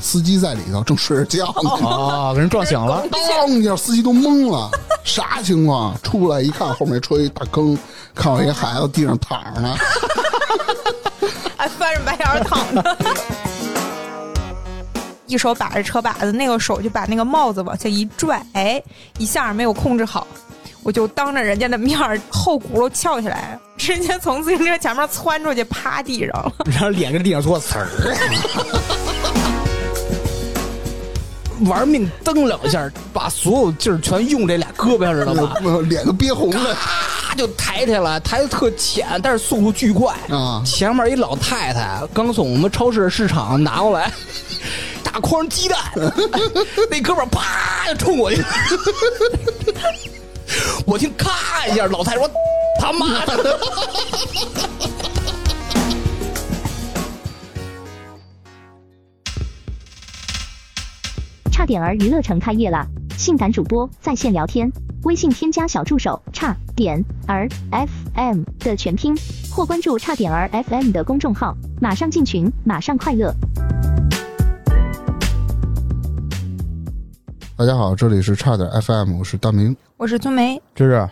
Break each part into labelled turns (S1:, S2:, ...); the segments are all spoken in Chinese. S1: 司机在里头正睡着觉呢，
S2: 啊，给人撞醒了，
S1: 当一下司机都懵了，啥情况？出来一看，后面戳一大坑，看我一孩子地上躺着呢。
S3: 哎，翻着白眼儿躺着。 一手把着车把子，那个手就把那个帽子往下一拽，哎，一下没有控制好，我就当着人家的面儿后轱辘翘起来，直接从自行车前面窜出去，趴地上了。
S2: 然 后脸跟地上搓呲儿， 玩命蹬两下，把所有劲儿全用这俩胳膊上，知道吧？
S1: 我脸都憋红了。
S2: 咔就抬起来，抬的特浅，但是速度巨快
S1: 啊
S2: 前面一老太太刚从我们超市市场拿过来 大筐鸡蛋， 那哥们儿啪就冲我去， 我听咔一下，老太太说他妈的，
S4: 差点儿娱乐城开业啦！性感主播在线聊天，微信添加小助手“差点儿 FM” 的全拼，或关注“差点儿 FM” 的公众号，马上进群，马上快乐。
S1: 大家好，这里是差点 FM，我是大明。
S3: 我是春梅，
S2: 芝芝，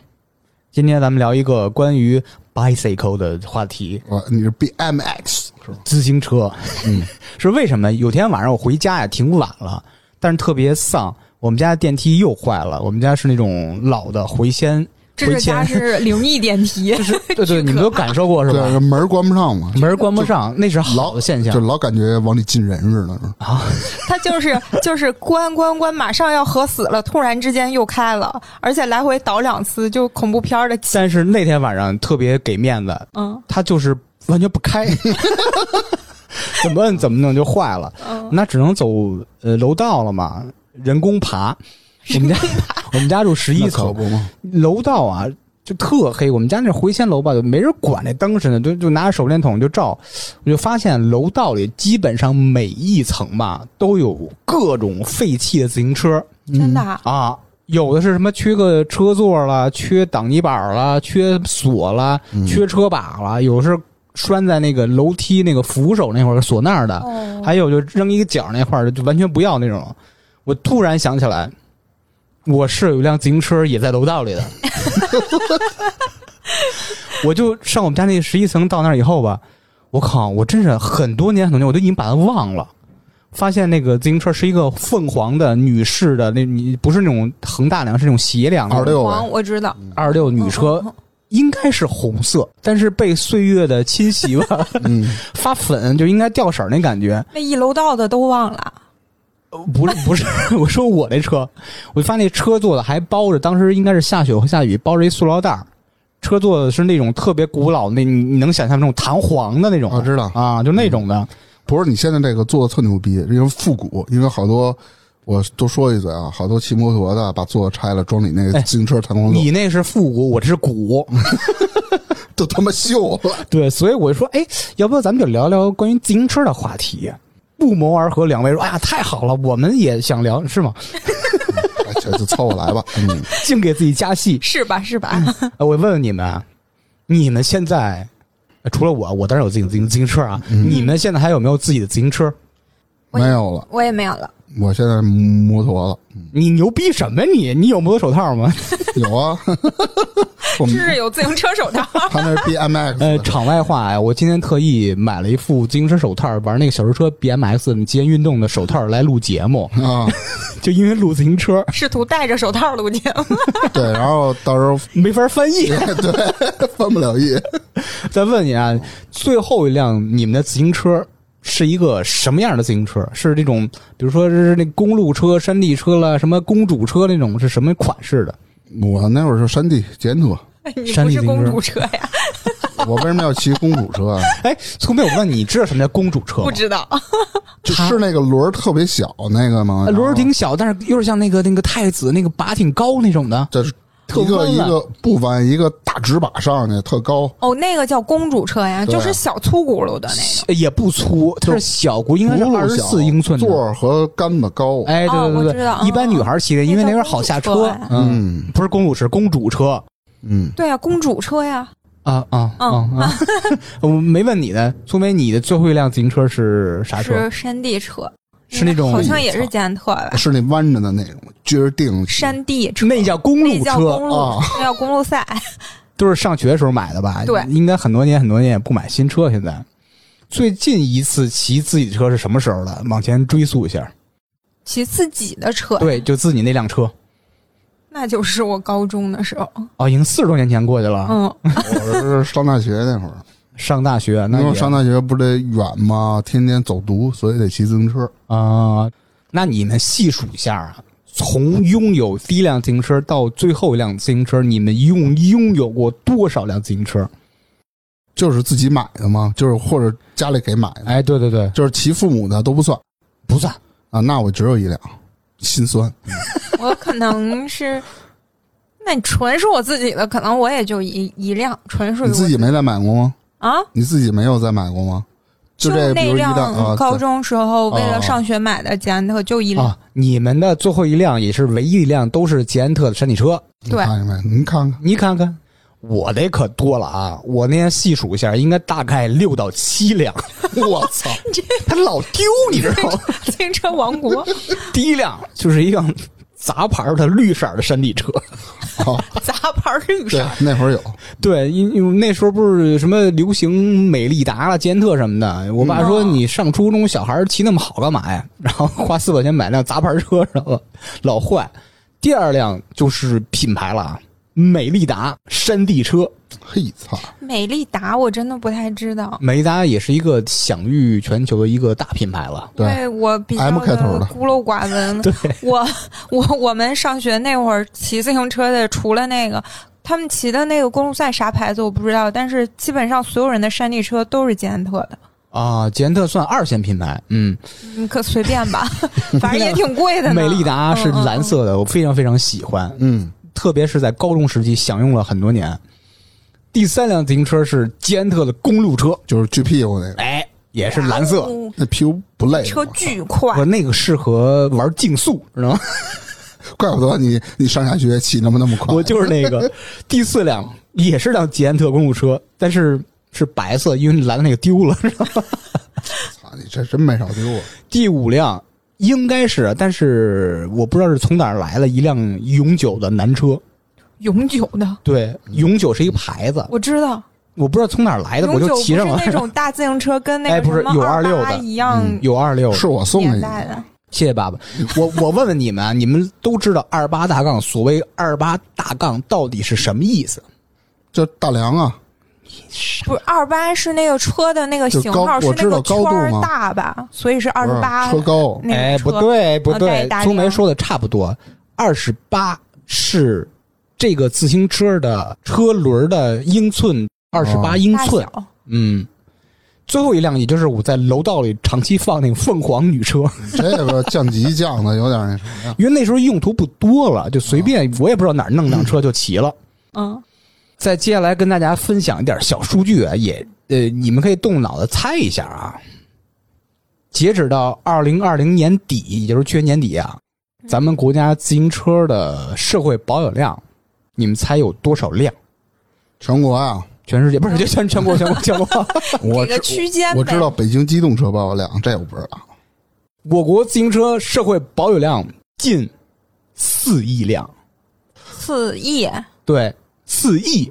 S2: 今天咱们聊一个关于 bicycle 的话题，
S1: 我哦你是 BMX 是吧？
S2: 自行车，嗯， 是为什么？有天晚上我回家呀，挺晚了，但是特别丧。我们家电梯又坏了，我们家是那种老的回迁，
S3: 这是
S2: 回
S3: 家
S2: 迁，
S3: 是灵异电 梯，
S2: 对对，你们都感受过是吧
S1: 对，？门儿关不上嘛，
S2: 门儿关不上，那是好
S1: 老
S2: 的现象
S1: 就。老感觉往里进人似的。是吧
S3: 它就是就是关关关，马上要合死了，突然之间又开了，而且来回倒两次，就恐怖片儿的气。
S2: 但是那天晚上特别给面子，
S3: 嗯，
S2: 它就是完全不开，怎么摁怎么弄就坏了，那只能走呃楼道了嘛，人工爬。我们家我们家住十一
S1: 那可
S2: 层，
S1: 不 嘛，
S2: 楼道啊就特黑，我们家那回迁楼吧，就没人管那灯似的，就就拿着手电筒就照，我就发现楼道里基本上每一层吧都有各种废弃的自行车
S3: 真的啊、
S2: 啊。有的是什么缺个车座啦，缺挡泥板啦，缺锁啦，缺车把啦，有的是拴在那个楼梯那个扶手那块儿锁那儿的，
S3: 哦，
S2: 还有就扔一个角那块儿就完全不要那种。我突然想起来，我是有一辆自行车也在楼道里的。我就上我们家那十一层到那儿以后吧，我靠，我真是很多年很多年我都已经把它忘了。发现那个自行车是一个凤凰的女士的，那你不是那种横大梁，是那种斜梁的
S1: 二六
S3: 黄
S1: 呗，
S3: 我知道，
S2: 二六女车
S3: 嗯嗯嗯
S2: 应该是红色，但是被岁月的侵袭 吧，
S1: 嗯，
S2: 发粉就应该掉色儿那感觉。
S3: 那一楼道的都忘了。
S2: 呃不 是不是，我说我那车，我就发现那车座的还包着，当时应该是下雪和下雨，包着一塑料袋儿。车座的是那种特别古老，那你你能想象那种弹簧的那种，
S1: 我知道
S2: 啊，就那种的。
S1: 不是你现在这个做的特牛逼，因为复古，因为好多我多说一嘴啊，好多骑摩托的把座拆了装你那个自行车弹簧
S2: 你
S1: 座，
S2: 那是复古，我这是 古，
S1: 都他妈锈 了。
S2: 对，所以我就说，哎，要不要咱们就聊聊关于自行车的话题？不谋而合，两位说，哎呀，太好了，我们也想聊， 是吗？
S1: 哎，这就凑合来吧。 嗯，
S2: 净给自己加戏。
S3: 是吧？是吧？
S2: 呃，我问问你们啊，你们现在呃除了我，我当然有自己的自行自行车啊，你们现在还有没有自己的自行车？
S3: 我
S1: 没有了，
S3: 我也没有了。
S1: 我现在摩托了。
S2: 你牛逼什么你？你有摩托手套吗？
S1: 有 啊，我
S3: 这
S1: 们
S3: 是有自行车手 套，
S1: 他那是 BMX，的
S2: 呃，场外话呀，我今天特意买了一副自行车手套，玩那个小车车 BMX 极限运动的手套来录节目，
S1: 啊，
S2: 就因为录自行车
S3: 试图戴着手套录节目。
S1: 对，然后到时候
S2: 没法翻译。
S1: 翻不了页。
S2: 再问你啊，最后一辆你们的自行车是一个什么样的自行车？是这种，比如说是那公路车、山地车啦，什么公主车那种，是什么款式的？
S1: 我那会儿是山地捷安特，
S3: 你
S2: 山
S3: 不
S2: 地自
S3: 是
S2: 行车
S3: 公主车呀？
S1: 我为什么要骑公主车啊？
S2: 哎，聪明，我问你，你知道什么叫公主车吗
S3: 不？知道，
S1: 就是那个轮儿特别小那个吗？
S2: 呃轮儿
S1: 然后
S2: 挺小，但是又是像那个那个太子那个把挺高那种的。
S1: 这是
S2: 特啊
S1: 一个
S2: 弯
S1: 一
S2: 了
S1: 个不弯，一个大直把上去，特高。
S3: 哦，那个叫公主车呀，
S1: 对
S3: 就是小粗轱辘的那个。
S2: 呃也不粗，它是小轱，应该是
S1: 轱辘
S2: 二十
S1: 小
S2: 四英寸的。
S1: 座儿和杆子高。
S2: 哎，对
S3: 哦
S2: 对
S3: 我
S2: 对
S3: 知
S2: 对，
S3: 道哦
S2: 一般女孩骑的，因为那边好下
S3: 那叫
S2: 车
S3: 公主。车哎
S2: 嗯，
S1: 嗯
S2: 不是公主车，公主车。
S1: 嗯，
S3: 对呀，公主车呀，
S2: 啊啊啊
S3: 嗯
S2: 啊！ 我没问你呢，苏梅，你的最后一辆自行车是啥车？
S3: 是山地车，嗯
S2: 是那种
S3: 好像也是捷安特吧，
S1: 嗯是那弯着的那种，撅着腚骑
S3: 山地车
S2: 那叫公
S3: 那
S2: 路
S3: 叫公
S2: 车，哦
S3: 路，
S1: 啊
S3: 那叫公路赛。
S2: 都是上学的时候买的吧？
S3: 对
S2: 应该很多年很多年也不买新车。现在最近一次骑自己的车是什么时候了？往前追溯一下，
S3: 骑自己的车，
S2: 对，就自己那辆车
S3: 那就是我高中的时候。
S2: 哦，已经四十多年前过去了。
S3: 嗯，
S1: 我是上大学那会儿，
S2: 哦上大学
S1: 那
S2: 那
S1: 会
S2: 也
S1: 儿上大学不得远吗？天天走读，所以得骑自行车。
S2: 啊、那你们细数一下啊，从拥有第一辆自行车到最后一辆自行车，你们用拥有过多少辆自行车？
S1: 就是自己买的吗？就是或者家里给买的，
S2: 哎，对对对，
S1: 就是骑父母的都不算
S2: 不算，
S1: 啊。那我只有一辆，心酸。
S3: 我可能是，那纯是我自己的，可能我也就一一辆，纯属于
S1: 你
S3: 我
S1: 自己没再买过吗？
S3: 啊。
S1: 你自己没有再买过吗？就这，比
S3: 那
S1: 如一辆啊，
S3: 辆高中时候为
S1: 啊
S3: 了上学买的捷安特，就一辆。
S2: 啊，你们的最后一辆也是唯一一辆都是捷安特的山地车。
S1: 你
S3: 对
S1: 看见没？您看看，
S2: 你看看，我的可多了啊！我那天细数一下，应该大概六到七 辆。我操，他老丢，你知道吗？
S3: 自行车王国
S2: 第一辆就是一辆杂牌的绿色的山地车，
S3: 杂牌绿
S1: 对
S3: 色，，
S1: 那会儿有，
S2: 对，因因为那时候不是什么流行美利达了、捷安特什么的。我爸说：“
S3: 嗯
S2: 你上初中小孩儿骑那么好干嘛呀？”然后花四百块钱买辆杂牌车，然后老换。第二辆就是品牌了啊，美利达山地车。
S1: 嘿操！
S3: 美利达我真的不太知道，
S2: 美利达也是一个享誉全球的一个大品牌了。
S1: 对
S3: 因为我比较
S1: M 开头的
S3: 的孤陋寡闻。
S2: 对，
S3: 我我我们上学那会儿骑自行车的，除了那个。他们骑的那个公路赛啥牌子我不知道，但是基本上所有人的山地车都是捷安特的，
S2: 啊，捷安特算二线品牌，嗯，
S3: 你可随便吧，反正也挺贵的呢。嗯
S2: 美利达是蓝色的，我非常非常喜欢，
S1: 嗯，
S2: 特别是在高中时期享用了很多年。第三辆自行车是捷安特的公路车，
S1: 就是锯屁股那个，
S2: 哎，也是蓝色，
S3: 哦
S1: 那屁股不累。
S3: 车巨快
S2: 我，那个适合玩竞速，知道吗？
S1: 怪不得你你上下学骑那么那么快。
S2: 我就是那个第四辆，也是辆捷安特公路车，但是是白色，因为蓝的那个丢了。
S1: 操你这真没少丢啊！
S2: 第五辆应该是，但是我不知道是从哪儿来了一辆永久的男车。
S3: 永久的，
S2: 对，永久是一个牌子，
S3: 我知道。
S2: 我哎不知道从哪儿来的，我
S3: 永久
S2: 就
S3: 不
S2: 骑
S3: 是
S2: 上了。
S3: 那种大自行车，跟
S2: 哎
S3: 那
S2: 不是
S3: 个什
S2: 有
S3: 么二
S2: 26
S3: 八
S2: 的嗯
S3: 一样
S2: 有二六，
S1: 是我送给
S3: 年
S1: 你
S3: 代
S1: 的，
S3: 的。
S2: 谢谢爸爸。我我问问你们啊， 你们都知道二八大杠，所谓二八大杠到底是什么意思？
S1: 就大梁啊，
S3: 不是二八是那个车的那个型
S1: 就高
S3: 号是
S1: 我
S3: 那
S1: 知道
S3: 个
S1: 高度
S3: 圈儿
S1: 吗
S3: 大吧，所以是二
S1: 不
S3: 十
S1: 是
S3: 八
S1: 车 高，
S3: 那
S2: 哎，
S3: 个
S2: 不
S3: 车。
S2: 对不对
S3: 带，大
S2: 聪梅
S3: 梁
S2: 说的差不多，二十八是这个自行车的车轮的英寸，二十八
S1: 哦
S2: 英
S3: 大
S2: 寸。
S3: 小
S2: 嗯，最后一辆也就是我在楼道里长期放那个凤凰女车，
S1: 这个降级降的有点那什么呀？
S2: 因为那时候用途不多了，就随便我也不知道哪儿弄辆车就骑了。
S3: 嗯，
S2: 再接下来跟大家分享一点小数据啊，也呃，你们可以动脑子猜一下啊。截止到二零二零年底，也就是去年年底啊，咱们国家自行车的社会保有量，你们猜有多少辆？
S1: 全国 啊，
S2: 全世界不是就全全国全国全国，
S1: 我
S3: 给个
S1: 知
S3: 区间
S1: 我
S3: 呗
S1: 知道北京机动车保有量，这我不知道。
S2: 我国自行车社会保有量近四亿辆。
S3: 四亿
S2: 对，四亿，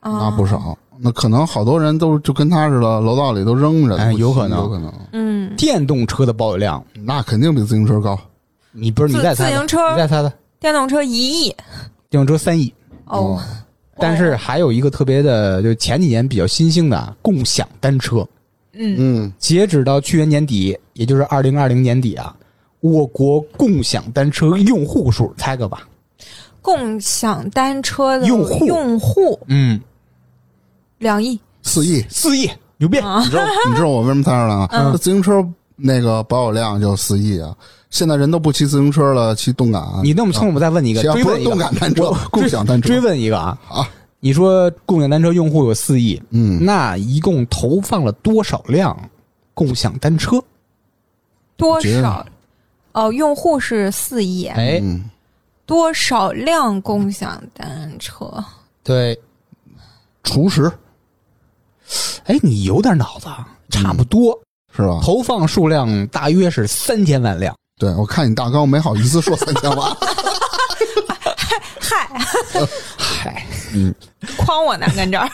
S1: 那
S3: 啊，
S1: 不少。那可能好多人都就跟他似的，楼道里都扔着，
S2: 哎
S1: 不骑
S2: 有可能
S1: 有可能，
S3: 嗯，
S2: 电动车的保有量，
S1: 那肯定比自行车高。
S2: 你不是你
S3: 自
S2: 再猜吧，
S3: 自行车
S2: 你再猜猜，
S3: 电动车一亿
S2: 电动车三亿。
S3: 哦，
S2: 但是还有一个特别的，就前几年比较新兴的啊共享单车，
S3: 嗯，
S1: 嗯，
S2: 截止到去年年底，也就是二零二零年底啊，我国共享单车用户数，猜个吧，
S3: 共享单车的
S2: 用户
S3: 用户
S2: 嗯，
S3: 两亿
S1: 四亿。
S2: 四亿，牛逼，
S3: 啊
S1: 你，知道 你知道我为什么猜出来吗？啊
S2: 嗯
S1: 那自行车那个保有量就四亿啊。现在人都不骑自行车了，骑动感。啊
S2: 你那么聪明，我再问你一个，
S1: 行
S2: 追
S1: 不
S2: 问
S1: 是
S2: 一个，
S1: 动感单车
S2: 我
S1: 共享单车
S2: 追追问一个啊
S1: 啊，
S2: 你说共享单车用户有四亿，
S1: 嗯，
S2: 那一共投放了多少辆共享单车？
S3: 多
S1: 觉得
S3: 少？哦，用户是四亿，
S2: 哎，
S1: 嗯，
S3: 多少辆共享单车？
S2: 对，
S1: 除十
S2: 哎，你有点脑子啊，差不多。
S1: 是吧？
S2: 投放数量大约是三千万辆。
S1: 对，我看你大纲没好意思说三千 万，
S3: 嗨，
S2: 嗨，
S1: 嗯，
S3: 诓我呢，跟这儿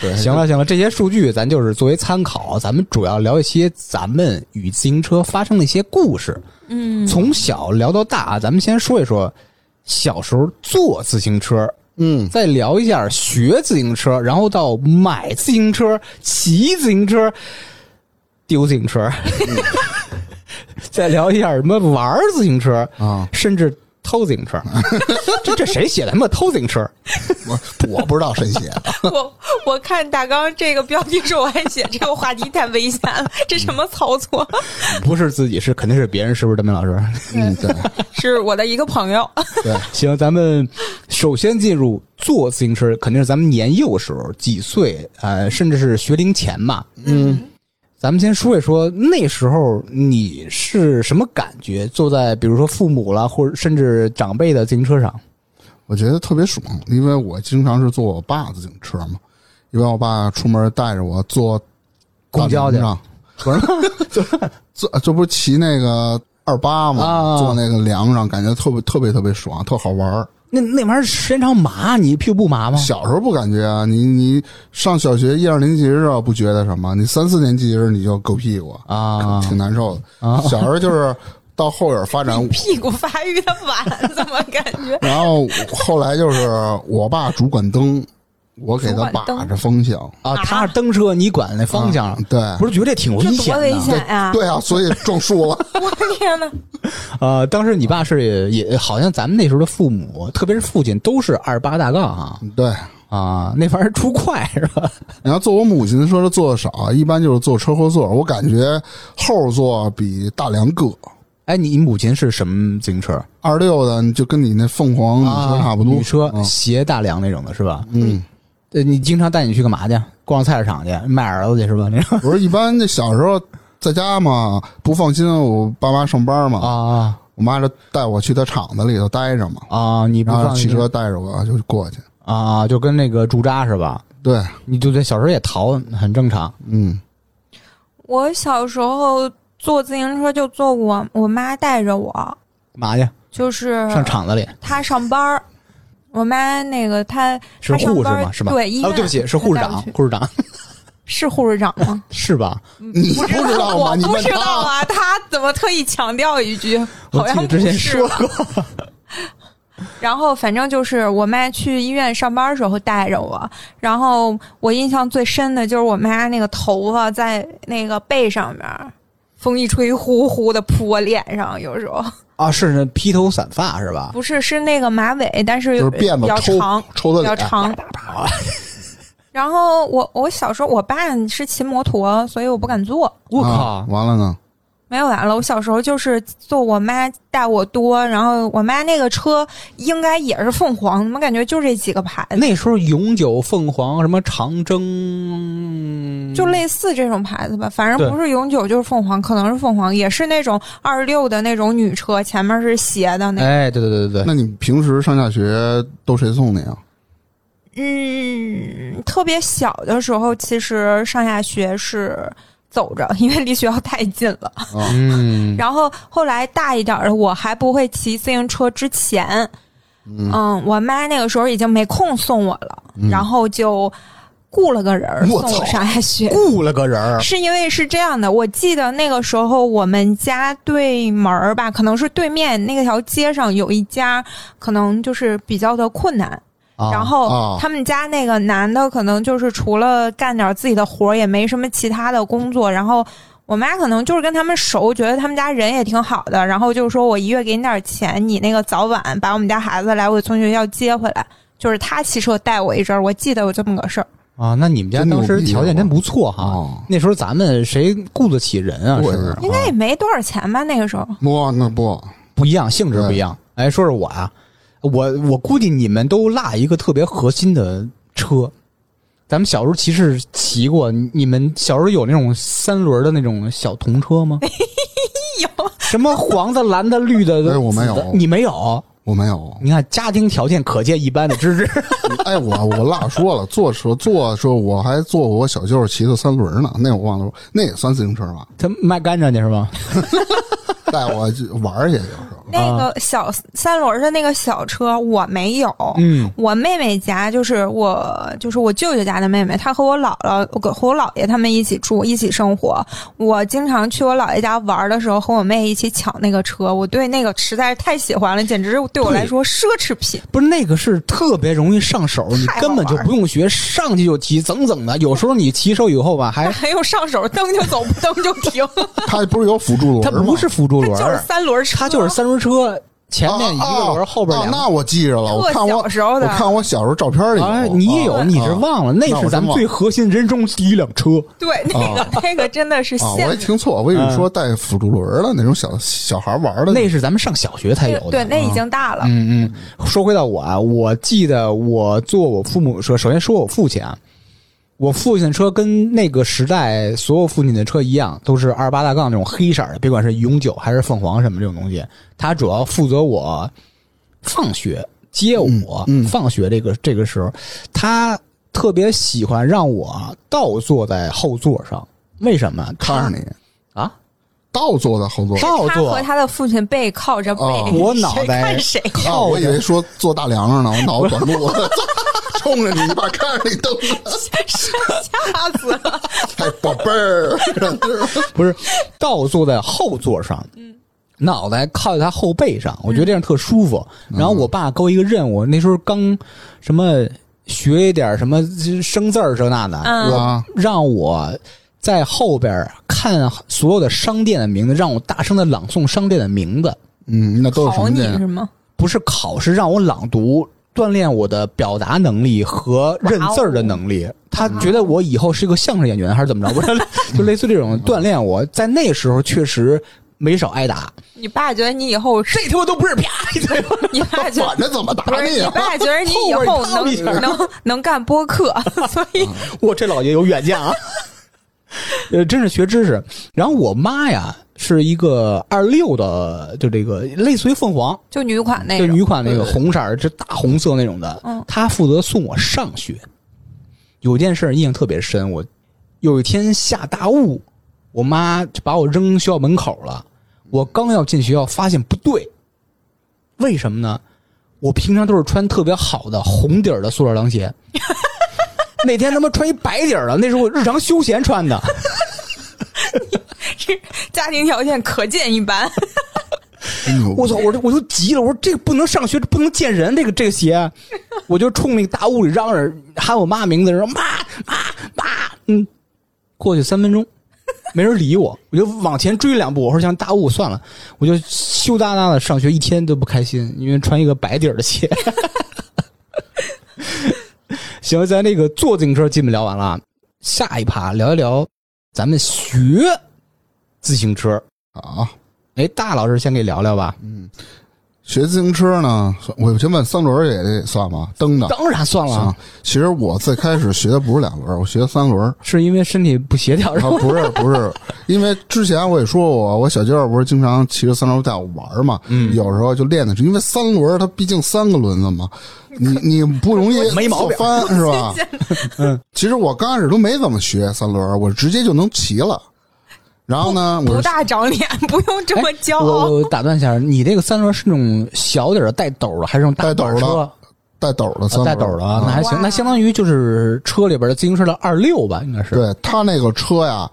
S1: 对，
S2: 行了行了，这些数据咱就是作为参考，啊咱们主要聊一些咱们与自行车发生的一些故事。嗯，从小聊到大，咱们先说一说小时候坐自行车，
S1: 嗯，
S2: 再聊一下学自行车，然后到买自行车、骑自行车、丢自行车， 再聊一下什么玩儿自行车，
S1: 啊，
S2: 甚至偷自行车。这这谁写的？他妈偷自行车！
S1: 我我不知道谁写，
S3: 我 我看大纲这个标题时候，我还写这个话题太危险了，这什么操作？
S2: 不是自己，是肯定是别人，是不是？德明老师，
S1: 嗯，对
S3: 是我的一个朋友，，
S2: 啊
S1: 对，
S2: 行，咱们首先进入坐自行车，肯定是咱们年幼时候，几岁，呃，甚至是学龄前嘛。
S1: 嗯，
S2: 咱们先说一说那时候你是什么感觉，坐在比如说父母啦，或者甚至长辈的自行车上。
S1: 我觉得特别爽，因为我经常是坐我爸自行车嘛，一般我爸出门带着我坐
S2: 公交去
S1: 大梁上， 不是，这这不是骑那个二八
S2: 啊
S1: 嘛，坐那个梁上，感觉特别特别特别爽，特好玩儿。
S2: 那那玩意儿时间长麻，你屁股不麻吗？
S1: 小时候不感觉啊，你你上小学一二年级的时候不觉得什么，你三四年级的时候你就狗屁股，
S2: 啊
S1: 挺难受的。
S2: 啊
S1: 小时候就是到后边发展
S3: 屁股发育的晚，怎么感觉？
S1: 然后后来就是我爸主管灯，我给他
S3: 主管灯
S1: 把着方向，
S2: 啊，他是蹬车，你管那方向，
S1: 啊对
S2: 不是觉得这挺 危
S3: 这
S2: 险
S3: 多
S2: 的。
S3: 危险呀！
S1: 对啊，所以撞树了。
S3: 我的哎天哪！
S2: 呃，当时你爸是也也好像咱们那时候的父母，特别是父亲，都是二八大杠啊
S1: 对，
S2: 啊，那玩意儿出快是吧？
S1: 然后坐我母亲的车坐的少，啊一般就是坐车后座，我感觉后座比大梁硌。
S2: 哎，你母亲是什么自行车？
S1: 二六的你就跟你那凤凰女车差不多，
S2: 啊女车
S1: 嗯
S2: 斜大梁那种的是吧？
S1: 嗯，
S2: 呃，你经常带你去干嘛去？逛菜市场去，卖儿子去是吧？那种
S1: 我说一般那小时候在家嘛，不放心我爸妈上班嘛，
S2: 啊
S1: 我妈就带我去她厂子里头待着嘛，
S2: 啊，你不
S1: 然后
S2: 放
S1: 骑车带着我就过去。
S2: 啊，就跟那个驻扎是吧？
S1: 对，
S2: 你就在小时候也淘，很正常。
S1: 嗯
S3: 我小时候坐自行车就坐我我妈带着我，
S2: 干嘛去？
S3: 就是
S2: 上厂子里
S3: 她上班儿，我妈那个她
S2: 是
S3: 她上
S2: 护士
S3: 班
S2: 吗？
S3: 儿
S2: 是吧？
S3: 对，医
S2: 哦，
S3: 院
S2: 对不起，是护士长
S3: 她带我，去
S2: 护士长
S3: 是护士长吗？
S2: 是吧？
S1: 你不知道吗？
S3: 我
S1: 你
S3: 嗯不
S1: 问
S3: 知道
S1: 他，
S3: 啊，他怎么特意强调一句？
S2: 我
S3: 好
S2: 记
S3: 像
S2: 得
S3: 不
S2: 之前
S3: 是
S2: 说
S3: 吧。
S2: 过，
S3: 然后反正就是我妈去医院上班的时候带着我，然后我印象最深的就是我妈那个头发在那个背上面，风一吹呼呼的扑我脸上，有时候
S2: 啊，是那披头散发是吧？
S3: 不是是那个马尾，但是
S1: 就是
S3: 比
S1: 辫
S3: 较
S1: 子
S3: 长
S1: 抽，抽
S3: 比
S1: 的
S3: 较
S1: 脸，
S3: 长。然后我我小时候我爸是骑摩托，所以我不敢坐。
S2: 我
S1: 啊
S2: 靠！
S1: 完了呢，
S3: 没有完了，我小时候就是坐我妈带我多，然后我妈那个车应该也是凤凰，怎么感觉就这几个牌子，
S2: 那时候永久、凤凰、什么长征，
S3: 就类似这种牌子吧，反
S2: 嗯对
S3: 正不是永久就是凤凰，可能是凤凰，也是那种二六的那种女车，前面是斜的那，
S2: 哎，对对对对对，
S1: 那你平时上下学都谁送你啊？
S3: 嗯，特别小的时候，其实上下学是走着，因为离学校太近了。
S2: 嗯，
S3: 然后后来大一点儿的，我还不会骑自行车之前，嗯我妈那个时候已经没空送我了，然后就雇了个人儿
S2: 嗯我
S3: 送
S2: 操
S3: 我上下学。
S2: 雇了个人儿，
S3: 是因为是这样的，我记得那个时候我们家对门儿吧，可能是对面那条街上有一家，可能就是比较的困难。
S2: 啊
S3: 然
S1: 啊
S3: 后他们家那个男的可能就是除了干点自己的活儿，也没什么其他的工作。然后我妈可能就是跟他们熟，觉得他们家人也挺好的，然后就说我一月给你点钱，你那个早晚把我们家孩子来我从学校接回来。就是他骑车带我一阵儿，我记得有这么个事儿。
S2: 啊，那你们家当时条件真不错哈、
S1: 真牛逼啊
S2: 那时候咱们谁雇得起人啊？是
S1: 对
S2: 不是？
S3: 应该也没多少钱吧，那个时候。
S1: 不，那不，
S2: 不一样，性质不一样。哎，说说我啊，我我估计你们都落一个特别核心的车。咱们小时候骑士骑过，你你们小时候有那种三轮的那种小童车吗？
S3: 有
S2: 什么黄的、蓝的、绿的？
S1: 哎我没有
S2: 紫的你没有？
S1: 我没有。
S2: 你看家庭条件可见一斑的芝 芝，
S1: 哎，我我落说了，坐车坐说我还坐过我小舅儿骑的三轮呢，那我忘了说，那也算自行车吧？
S2: 他卖甘蔗去是吗？
S1: 带我去玩儿去有时候。
S2: 啊
S3: 那个小三轮的那个小车我没有，
S2: 嗯，
S3: 我妹妹家就是我就是我舅舅家的妹妹，她和我姥姥我和我姥爷他们一起住一起生活。我经常去我姥爷家玩的时候，和我妹一起抢那个车，我对那个实在是太喜欢了，简直是对我来说奢侈品。
S2: 不是那个是特别容易上手，你
S3: 太好
S2: 根
S3: 玩
S2: 本就不用学，上去就骑，整整的。有时候你骑手以后 吧，还
S3: 还有上手蹬就走，不蹬就 停，
S1: 它不是有辅助轮
S2: 它
S1: 儿吗？
S2: 不是辅助轮
S3: 就是
S2: 儿，
S3: 三轮车，
S2: 它就是三轮车，前面一个轮
S1: 啊
S2: 儿，后边
S1: 啊
S2: 两个。
S1: 那我记着了，我
S3: 特
S1: 看我
S3: 小时候的
S1: 我看我小时候照片里有。
S2: 哎，你也有，
S1: 啊
S2: 你是忘了，那
S1: 那我
S2: 是
S1: 真
S2: 咱们
S1: 忘
S2: 最核心人生第一辆车。
S3: 对那个、
S2: 哦
S3: 那个真的是
S1: 啊？我
S3: 限
S1: 还
S3: 定。
S1: 听错，我以为说带辅助轮儿的那种小小孩玩儿的。
S2: 那是咱们上小学才有的。
S3: 对，那已经大了。
S2: 嗯嗯。说回到我啊，我记得我坐我父母车，首先说我父亲啊，我父亲的车跟那个时代所有父亲的车一样，都是二十八大杠这种黑色儿的，别管是永久还是凤凰什么这种东西，他主要负责我放学接我、
S1: 嗯嗯
S2: 放学这个这个时候，他特别喜欢让我倒坐在后座上，为什么？
S1: 看着
S2: 你
S1: 你
S2: 啊，
S1: 倒坐在后座
S2: 倒
S3: 他
S2: 坐
S3: 和。他的父亲背靠着背，
S1: 哦
S2: 我脑袋
S3: 谁看 谁
S1: 啊！
S2: 靠
S1: 我以
S2: 着
S1: 为说坐大梁上呢，我脑子短路了， 冲着你一把看着你蹬子，
S3: 吓死了。
S1: 哎，宝贝儿，
S2: 不是倒坐在后座上，脑袋靠在他后背上，我觉得这样特舒服。然后我爸给我一个任务，那时候刚什么学一点什么生字儿这那的，
S1: 是
S3: 嗯，
S1: 吧？
S2: 让我在后边看所有的商店的名字，让我大声的朗诵商店的名字，
S1: 嗯，那都有什
S3: 考
S1: 么
S3: 你
S1: 劲
S3: 是？吗？
S2: 不是考试，让我朗读。锻炼我的表达能力和认字儿的能力，他觉得我以后是个相声演员还是怎么着？我说 就类似这种锻炼我，在那时候确实没少挨打。
S3: 你爸觉得你以 后是，
S2: 这他妈都不是啪一嘴巴，
S3: 你爸觉得
S1: 反着怎么
S3: 不
S1: 打
S3: 是，
S1: 你
S3: 你
S1: 啊？
S3: 爸觉得你以
S2: 后边
S3: 后
S2: 儿一下
S3: 能能能干播 客，所以
S1: 嗯
S2: 我这老爷有远见啊！ 呃，真是学知识。然后我妈呀，是一个二六的，就这个类似于凤凰，
S3: 就女款那
S2: 就
S3: 种。
S2: 女款那个红色儿，这大红色那种的。
S3: 嗯
S2: 她负责送我上学。有件事儿印象特别深，我有一天下大雾，我妈就把我扔学校门口了。我刚要进学校，发现不对，为什么呢？我平常都是穿特别好的红底儿的塑料凉鞋， 那天他妈穿一白底儿的，那是我日常休闲穿的。
S3: 家庭条件可见一斑，哎
S1: 嗯
S2: 我操！我就我就急了，我说这个不能上学，这不能见人，这个这个鞋，我就冲那个大屋里嚷嚷，喊我妈名字，说妈妈妈，嗯，过去三分钟，没人理我，我就往前追两步，我说想大雾算了，我就羞答答的上学，一天都不开心，因为穿一个白底儿的鞋。 行，咱这个坐自行车基本聊完了啊，下一趴聊一聊咱们学自行车。
S1: 啊！
S2: 哎，大老师先给聊聊吧。
S1: 学自行车呢，我先问三轮儿也得算吗？蹬的
S2: 当然算了
S1: 啊
S2: 啊，。
S1: 其实我最开始学的不是两轮儿，我学的三轮儿。
S2: 是因为身体不协调，然
S1: 啊
S2: 后，
S1: 不是不是，因为之前我也说过，我小舅儿不是经常骑着三轮带我玩儿嘛，
S2: 嗯
S1: 有时候就练的是，因为三轮儿它毕竟三个轮子嘛，你你不容易
S2: 没毛病
S1: 侧 翻是吧？嗯其实我刚开始都没怎么学三轮儿，我直接就能骑了。然后呢，我
S3: 不
S1: 是
S3: 大长脸，不用这么骄
S2: 哎
S3: 傲。
S2: 我我打断一下，你这个三轮是那种小点儿的带斗儿的，还是那种大
S1: 带斗儿的
S2: 板车
S1: 带斗儿的三轮
S2: 啊带
S1: 儿，
S2: 斗儿的啊？那
S1: 啊
S2: 还行，
S3: 哇
S2: 那相当于就是车里边的自行车的二六吧，应该是。
S1: 对他那个车呀，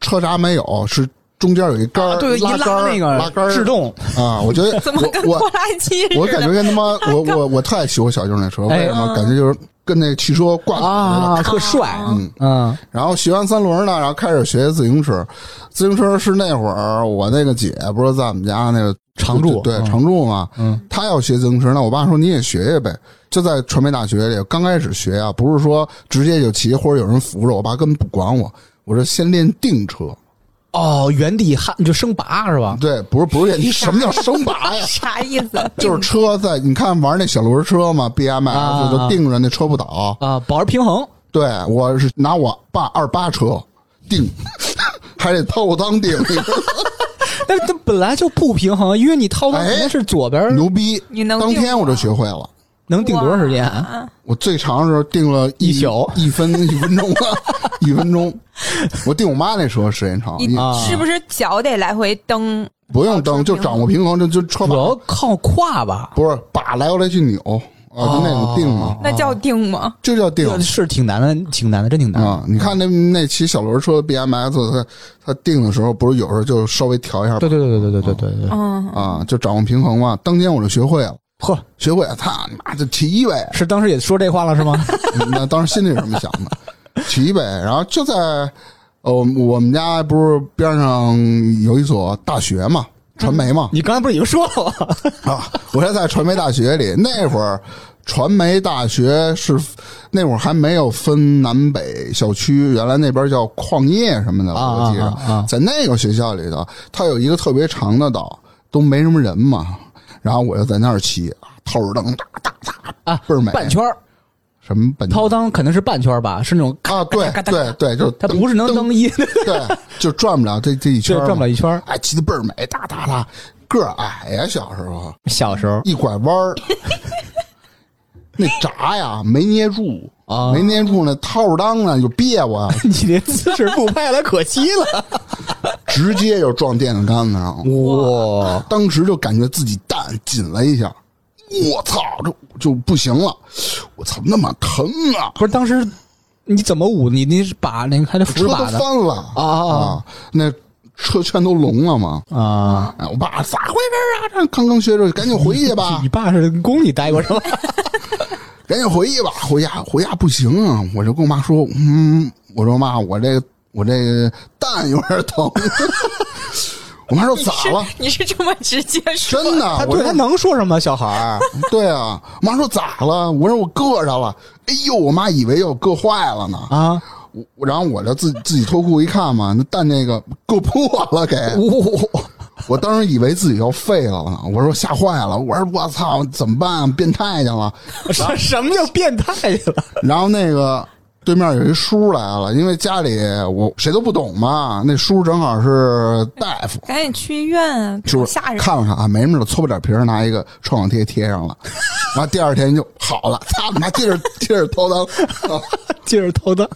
S1: 车闸没有，是中间有一杆儿、
S2: 啊，对，一
S1: 拉杆儿
S2: 那个
S1: 拉杆儿
S2: 制动，
S1: 啊，我觉 得
S3: 怎么跟
S1: 我
S3: 拖拉机似 的？
S1: 我我感觉跟他妈我我我特爱骑我小舅那车，为
S2: 哎
S1: 什么？感觉就是跟那汽车挂钩似的。
S2: 啊，特帅，嗯嗯，
S1: 然后学完三轮呢，然后开始学自行车。自行车是那会儿我那个姐不是在我们家那个
S2: 常住
S1: 对
S2: 嗯
S1: 常住嘛，
S2: 嗯，
S1: 她要学自行车，那我爸说你也学学呗。就在传媒大学里，刚开始学啊，不是说直接就骑或者有人扶着，我爸根本不管我。我说先练定车，
S2: 哦，原地焊就升拔是吧？
S1: 对，不是不是练， 什么叫升拔呀？
S3: 啥意思？
S1: 就是车在你看玩那小轮车嘛
S2: 啊
S1: ，BMX 就定着那车不倒。
S2: 啊，保持平衡，
S1: 对我是 拿我爸二八车定，还得掏我当定。
S5: 但它本来就不平
S2: 啊
S5: 衡，因为你掏裆
S1: 哎
S5: 肯定是左边，
S1: 牛逼！
S3: 你能
S1: 当
S3: 定
S1: 天
S3: 吗
S1: 我就学会了，
S5: 能顶多长时间？
S3: 哇
S1: 我最长的时候定了一
S5: 一宿
S1: 一分 一分钟了，一分钟。我定我妈那车时间长，
S3: 你
S1: 你
S5: 啊
S3: 是不是脚得来回蹬？
S1: 不用蹬就掌握平衡，就就车
S5: 主
S1: 把
S5: 要靠胯吧，
S1: 不是把来回来去扭啊，就那种定嘛，
S3: 那叫定吗？
S1: 这叫定。
S5: 是挺难的，挺难的，真挺难的。
S1: 啊、你看那那骑小轮车的 BMX，它它定的时候不是有时候就稍微调一下
S5: 对对对对对对对对对，
S3: 嗯，
S1: 啊，就掌握平衡嘛。当天我就学会了，
S5: 呵，！
S1: 学会了，操你妈就骑呗
S5: 是当时也说这话了 是吗？
S1: 那当时心里是这么想的， 骑呗。然后就在呃我们家不是边上有一所大学嘛，传媒嘛、
S5: 你刚才不是已经说了吗？
S1: 啊，我是在传媒大学里那会儿。传媒大学是那会儿还没有分南北校区，原来那边叫矿业什么的，我记着。
S5: 啊啊啊
S1: 在那个学校里头，它有一个特别长的道，都没什么人嘛。然后我就在那儿骑，透着灯，哒哒哒，
S5: 啊
S1: 倍儿 美。
S5: 半圈儿
S1: 什么半圈
S5: 掏裆肯定是半圈儿吧，是那种
S1: 啊？对
S5: 咔
S1: 对对，就是
S5: 它不是能蹬一，对，
S1: 对，就转不了这这一圈儿嘛，
S5: 转不了一圈儿。
S1: 哎，骑的倍儿美，哒哒哒，个儿矮呀，小时候。
S5: 小时候
S1: 一拐弯儿，那闸呀没捏住，
S5: 啊
S1: 没捏住那套儿裆呢就憋我，
S5: 你这姿势不拍了，可惜了。
S1: 直接就撞电线杆子上了。
S5: 哇，
S1: 当时就感觉自己蛋紧了一下，我操，这就不行了，我操，那么疼啊！
S5: 不是当时你怎么捂？你你是把那个还得扶
S1: 车
S5: 着
S1: 都
S5: 把
S1: 翻
S5: 的
S1: 了
S5: 啊啊啊
S1: 啊！那车圈都聋了嘛？
S5: 啊？
S1: 哎，我爸咋回事啊？这刚刚学着，赶紧回去吧
S5: 啊你，爸是跟宫里待过是吧？
S1: 赶紧回去吧，回家回家不行啊！我就跟我妈说，嗯，我说妈，我这个我这个蛋有点疼。 我妈说
S3: 你
S1: 咋
S3: 是
S1: 了？
S3: 你是这么直接说？
S1: 真 的，
S5: 他
S1: 我
S5: 对他
S1: 这
S5: 能说什么？小孩儿，
S1: 对啊，我妈说咋了？我说我硌着了。哎呦，我妈以为要硌坏了呢。
S5: 啊，
S1: 我然后我就自己自己脱裤一看嘛，那蛋那个硌破了给。
S5: 我
S1: 我当时以为自己要废了呢，我说吓坏了，我说我操，怎么办？变态去了。
S5: 什什么叫变态去了？
S1: 然后那个对面有一叔来了，因为家里我谁都不懂嘛，那叔正好是大夫，
S3: 赶紧去医院啊！
S1: 是不是？
S3: 吓
S1: 看
S3: 人！
S1: 了看啊，没什么了，搓破点皮儿，拿一个创可贴贴上 了，然后第二天就好了，他妈接着接着掏裆、 啊
S5: 接着偷的，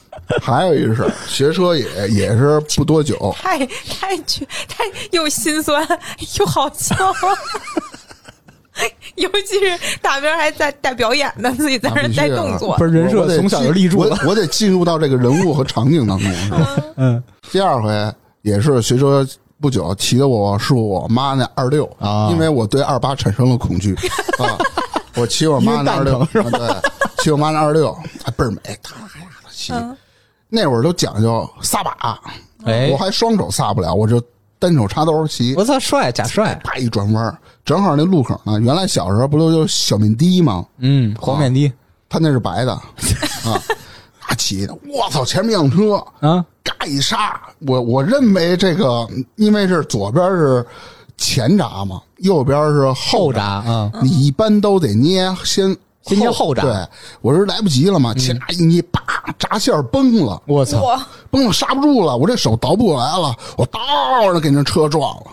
S1: 还有一事儿，学车也也是不多久，
S3: 太太绝，太又心酸又好笑，啊 尤其是大明儿还在带表演呢，自己在那
S1: 啊
S3: 儿
S1: 必须
S3: 带
S1: 的
S3: 动作
S5: 不，是人
S1: 我
S5: 设
S1: 得
S5: 从小就
S1: 进
S5: 立住了。
S1: 我我得进入到这个人物和场景当中。是吧
S5: 嗯
S1: 第二回也是学车不久，骑的我是我妈那二六
S5: 啊
S1: 因为我对二八产生了 恐惧啊。我骑我妈那二
S5: 因
S1: 六，
S5: 为蛋疼是
S1: 啊对，骑我妈那二六，啊倍儿美，哒呀的骑。
S3: 嗯
S1: 那会儿都讲究撒把，
S5: 哎
S1: 我，还双手撒不了，我就单手插兜骑，
S5: 我操，帅假帅，
S1: 啪一转弯儿，正好那路口呢。原来小时候不都有小面的吗？
S5: 嗯，黄面的
S1: 他那是白的啊，他骑的，我操，前面一辆车，
S5: 啊，
S1: 嘎一刹，我我认为这个，因为是左边是前闸嘛，右边是后
S5: 后
S1: 闸，
S5: 闸啊，
S1: 你一般都得捏先
S5: 先捏后闸嗯
S1: 对，我是来不及了嘛，前闸一捏，叭，闸线崩了，
S5: 我操，
S3: 哇，
S1: 崩了刹不住了，我这手倒不过来了，我倒着给那车撞了。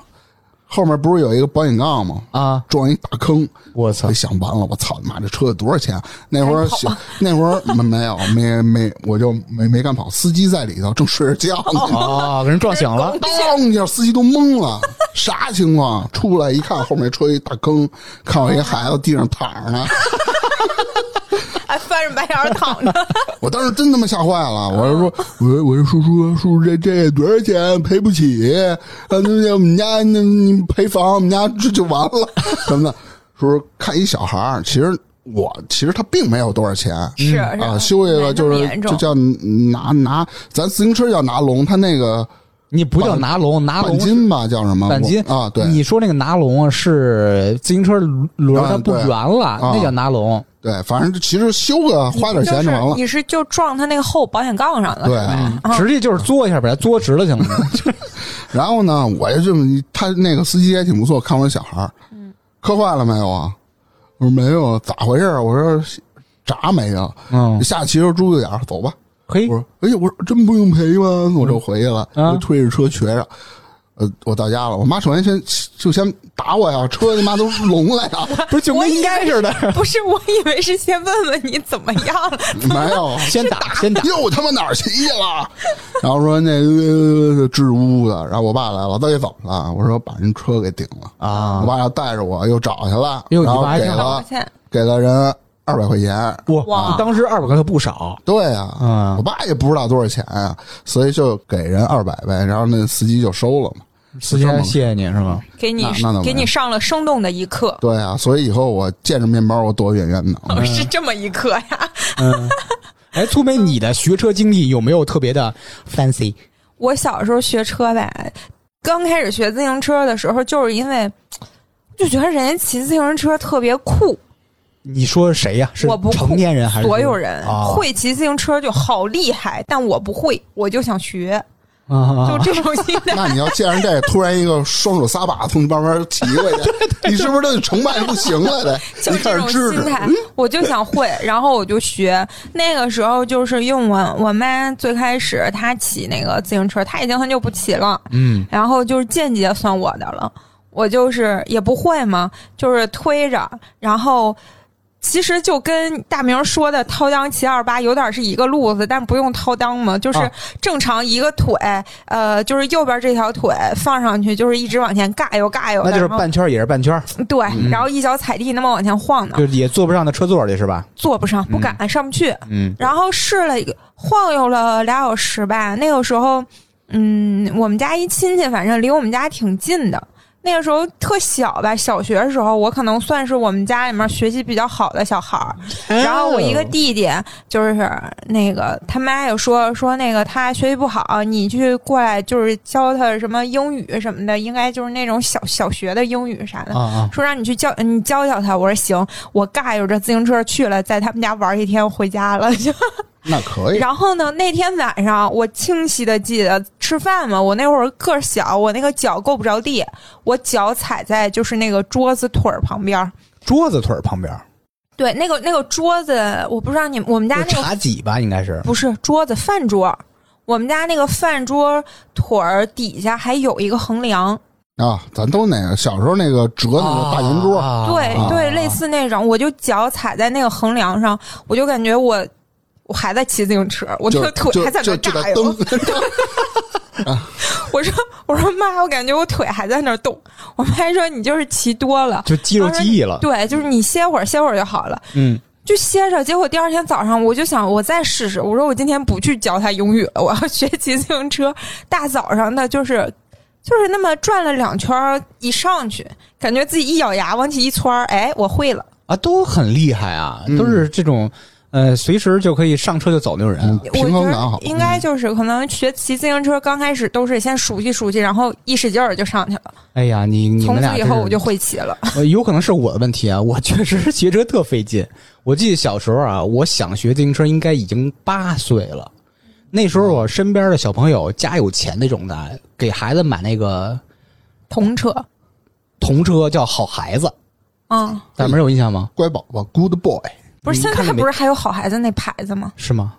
S1: 后面不是有一个保险杠吗？
S5: 啊，
S1: 撞一大坑，
S5: 我操
S1: 我一，想完了，我操你妈，这车多少钱啊？那会儿
S3: 还跑
S1: 小那会儿没没有没没，我就没没敢跑。司机在里头正睡着觉呢，
S2: 哦
S5: 啊，给人撞醒 了，
S1: 当一下，司机都懵了，啥情况？出来一看，后面车一大坑，看我一孩子地上躺着呢，
S3: 还翻着白眼儿躺着，
S1: 我当时真他妈吓坏
S3: 哦
S1: 了，我就说，我我说叔叔叔叔这这多少钱赔不起？啊，那那我们家那你赔房，我们家这就完 了什么的。叔叔看一小孩儿，其实我其实他并没有多少钱，
S3: 是是
S1: 啊，修一个就
S3: 没那么
S1: 是
S3: 严
S1: 就
S3: 重
S1: 叫拿拿，咱自行车叫拿龙，他那个
S5: 你不叫拿龙，拿
S1: 钣
S5: 龙
S1: 金吧叫什么？
S5: 钣金
S1: 我啊，对，
S5: 你说那个拿龙啊是自行车轮儿它
S1: 嗯
S5: 不
S1: 对
S5: 圆了，
S3: 啊
S5: 那叫拿龙。
S1: 对，反正其实修个 花点钱就完
S3: 就是
S1: 了。
S3: 你是就撞他那个后保险杠上了，
S1: 对，
S3: 啊
S5: 直接就是嘬一下，把它嘬直了 行吗？
S1: 然后呢，我就这么一，他那个司机也挺不错，看我小孩儿，磕坏了没有啊？我说没有，啊咋回事儿？我说闸没了。
S3: 啊
S5: 嗯，
S1: 下骑着猪子眼儿走吧。
S5: 嘿
S1: 我，说，哎呀，我说真不用赔吗？我就回去了，
S5: 啊
S1: 就推着车瘸着。呃，我到家了，我妈首先先就先打我呀，车他妈都聋了呀，
S2: 不是就
S3: 我
S2: 跟
S3: 以为
S2: 应该似的，
S3: 不是，我以为是先问问你怎么样了，
S1: 没有，啊
S2: 先打先 打，
S1: 又他妈哪儿去了？ 然后说那呃支支吾吾的，然后我爸来了，到底怎么了？我说把人车给顶了
S2: 啊
S1: 我爸要带着我又找去了，
S2: 哟
S1: 然后
S2: 你爸还
S1: 给
S2: 挺
S3: 道
S1: 了
S3: 歉。
S1: 给了人二百块钱。
S2: 哇
S3: 哇，
S2: 当时二百块可不少，
S1: 对呀、
S2: 嗯
S1: 我爸也不知道多少钱啊，所以就给人二百呗，然后那司机就收了嘛。
S2: 司机
S1: 这么
S2: 谢谢你是吗？
S3: 给你
S1: 那那倒没有
S3: 给你上了生动的一课，
S1: 对呀、所以以后我见着面包我躲远远的。
S3: 哦是这么一课呀。
S2: 嗯，哎，粗梅，你的学车经历有没有特别的 fancy？
S3: 我小时候学车吧，刚开始学自行车的时候，就是因为就觉得人家骑自行车特别酷，
S2: 你说谁呀、是
S3: 我不酷
S2: 成年人还是
S3: 所有人
S2: 啊
S3: 会骑自行车就好厉害，但我不会，我就想学，
S2: 啊啊啊
S3: 就这种心 态。
S1: 那你要见着这突然一个双手撒把从你旁边骑过去，你是不是就崇拜不行了得？
S3: 就
S1: 一
S3: 这
S1: 开始
S3: 种
S1: 支
S3: 心
S1: 持，
S2: 嗯
S3: 态，我就想会，然后我就学。那个时候就是用我我妈最开始她骑那个自行车，她已经很久不骑了，
S2: 嗯，
S3: 然后就是间接算我的了。我就是也不会嘛，就是推着，然后其实就跟大明说的掏裆骑二八有点是一个路子，但不用掏裆嘛，就是
S2: 啊
S3: 正常一个腿，呃，就是右边这条腿放上去，就是一直往前尬悠尬悠的，
S2: 那就是嗯
S3: 然后
S2: 半圈儿也是半圈儿，
S3: 对，然后一脚踩地那么往前晃呢，
S2: 就是也坐不上的车座里是吧？
S3: 坐不上，不敢、上不去。
S2: 嗯，
S3: 然后试了一个晃悠了俩小时吧。那个时候，嗯，我们家一亲戚，反正离我们家挺近的。那个时候特小吧，小学的时候，我可能算是我们家里面学习比较好的小孩儿。然后我一个弟弟，就是那个他妈有说说那个他学习不好，你去过来就是教他什么英语什么的，应该就是那种小小学的英语啥的。
S2: 啊啊，
S3: 说让你去教呃你教教他，我说行，我尬悠着自行车去了，在他们家玩一天回家了。 就
S1: 那可以。
S3: 然后呢，那天晚上我清晰的记得吃饭嘛，我那会儿个儿小，我那个脚够不着地，我脚踩在就是那个桌子腿儿旁边儿。
S2: 桌子腿儿旁边儿，
S3: 对，那个那个桌子，我不知道你们我们家
S2: 就
S3: 那
S2: 是
S3: 个
S2: 茶几吧，应该是
S3: 不是桌子，饭桌。我们家那个饭桌腿儿底下还有一个横梁，
S1: 啊，咱都那个小时候那个折那个大圆桌，
S2: 啊
S3: 对对，类似那种，我就脚踩在那个横梁上，我就感觉我我还在骑自行车，我那
S1: 就
S3: 个
S1: 就
S3: 腿还在那
S1: 就
S3: 儿
S1: 就
S3: 嘎
S1: 在
S3: 悠
S1: 蹬。，
S3: 我说我说妈，我感觉我腿还在那儿动。我妈说你就是骑多了，
S2: 就肌肉记忆了。
S3: 对，就是你歇会儿歇会儿就好了，
S2: 嗯，
S3: 就歇着。结果第二天早上我就想我再试试，我说我今天不去教他英语了，我要学骑自行车。大早上的就是。就是那么转了两圈儿，一上去，感觉自己一咬牙往起一窜儿，哎，我会了。
S2: 啊，都很厉害啊，都是这种呃，随时就可以上车就走那种人啊。
S1: 嗯
S3: 我
S1: 平
S3: 觉
S1: 衡感好
S3: 得。应
S2: 嗯
S3: 该就是可能学骑自行车刚开始都是先熟悉熟悉，然后一使劲儿就上去了。
S2: 哎呀，你你
S3: 从
S2: 们俩
S3: 此以
S2: 真
S3: 后
S2: 是
S3: 我就会骑了。
S2: 呃，有可能是我的问题啊， 我确实学车特费劲。我记得小时候啊，我想学自行车应该已经八岁了。那时候我身边的小朋友家有钱那种的，给孩子买那个
S3: 童车，
S2: 童车，叫好孩子，
S3: 嗯，
S2: 大门有印象吗？
S1: 乖宝宝，Good boy，
S3: 不是
S2: 你
S3: 现
S2: 看
S3: 在
S2: 着没
S3: 不是还有好孩子那牌子吗？
S2: 是吗？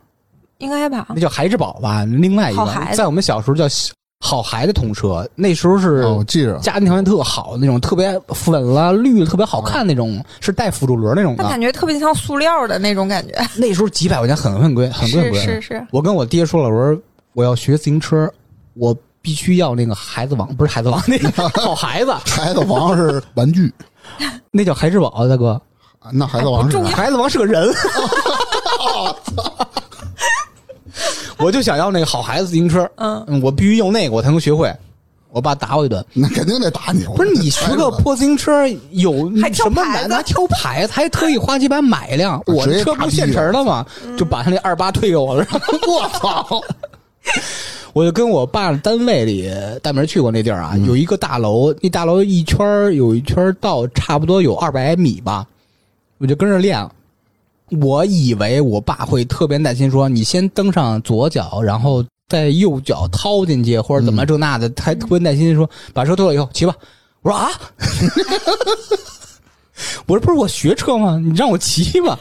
S3: 应该吧
S2: 那。叫孩之宝吧，另外一
S3: 好
S2: 个
S3: 孩，子
S2: 在我们小时候叫小好孩子童车，那时候是
S1: 哦，我记着，
S2: 家庭条件特好那种，特别粉了绿了，特别好看那种，是带辅助轮那种
S3: 但
S2: 的。
S3: 感觉特别像塑料的那种感觉，
S2: 那时候几百块钱很很贵，很贵很
S3: 是
S2: 贵。
S3: 是是，
S2: 我跟我爹说了，我说我要学自行车，我必须要那个孩子王，不是孩子王，那个 好孩子，
S1: 孩子王是玩具，
S2: 那叫孩之宝啊，大哥。
S1: 啊那孩子王是
S3: 哎不重要
S2: 孩子王是个人。我就想要那个好孩子自行车，
S3: 嗯，
S2: 我必须用那个，我才能学会。我爸打我一顿，
S1: 那肯定得打你。
S2: 不是你学个破自行车有
S3: 还挑
S2: 什么
S3: 牌
S2: 难
S3: 子
S2: 的？还挑牌子，还特意花几百买一 辆。我
S1: 直接
S2: 这车
S1: 打
S2: 不
S1: 地
S2: 现
S1: 了
S2: 成的嘛，就把他那二八退给我了。然后 我操！ 我就跟我爸单位里大门去过那地儿啊，有一个大楼，那大楼一圈儿有一圈儿道，差不多有二百米吧。我就跟着练，我以为我爸会特别耐心说：“你先蹬上左脚，然后再右脚掏进去，或者
S1: 嗯
S2: 怎么这那的。他特别耐心地说：“把车推了以后骑吧。”我说：“啊， 我说不是我学车吗？你让我骑吧。”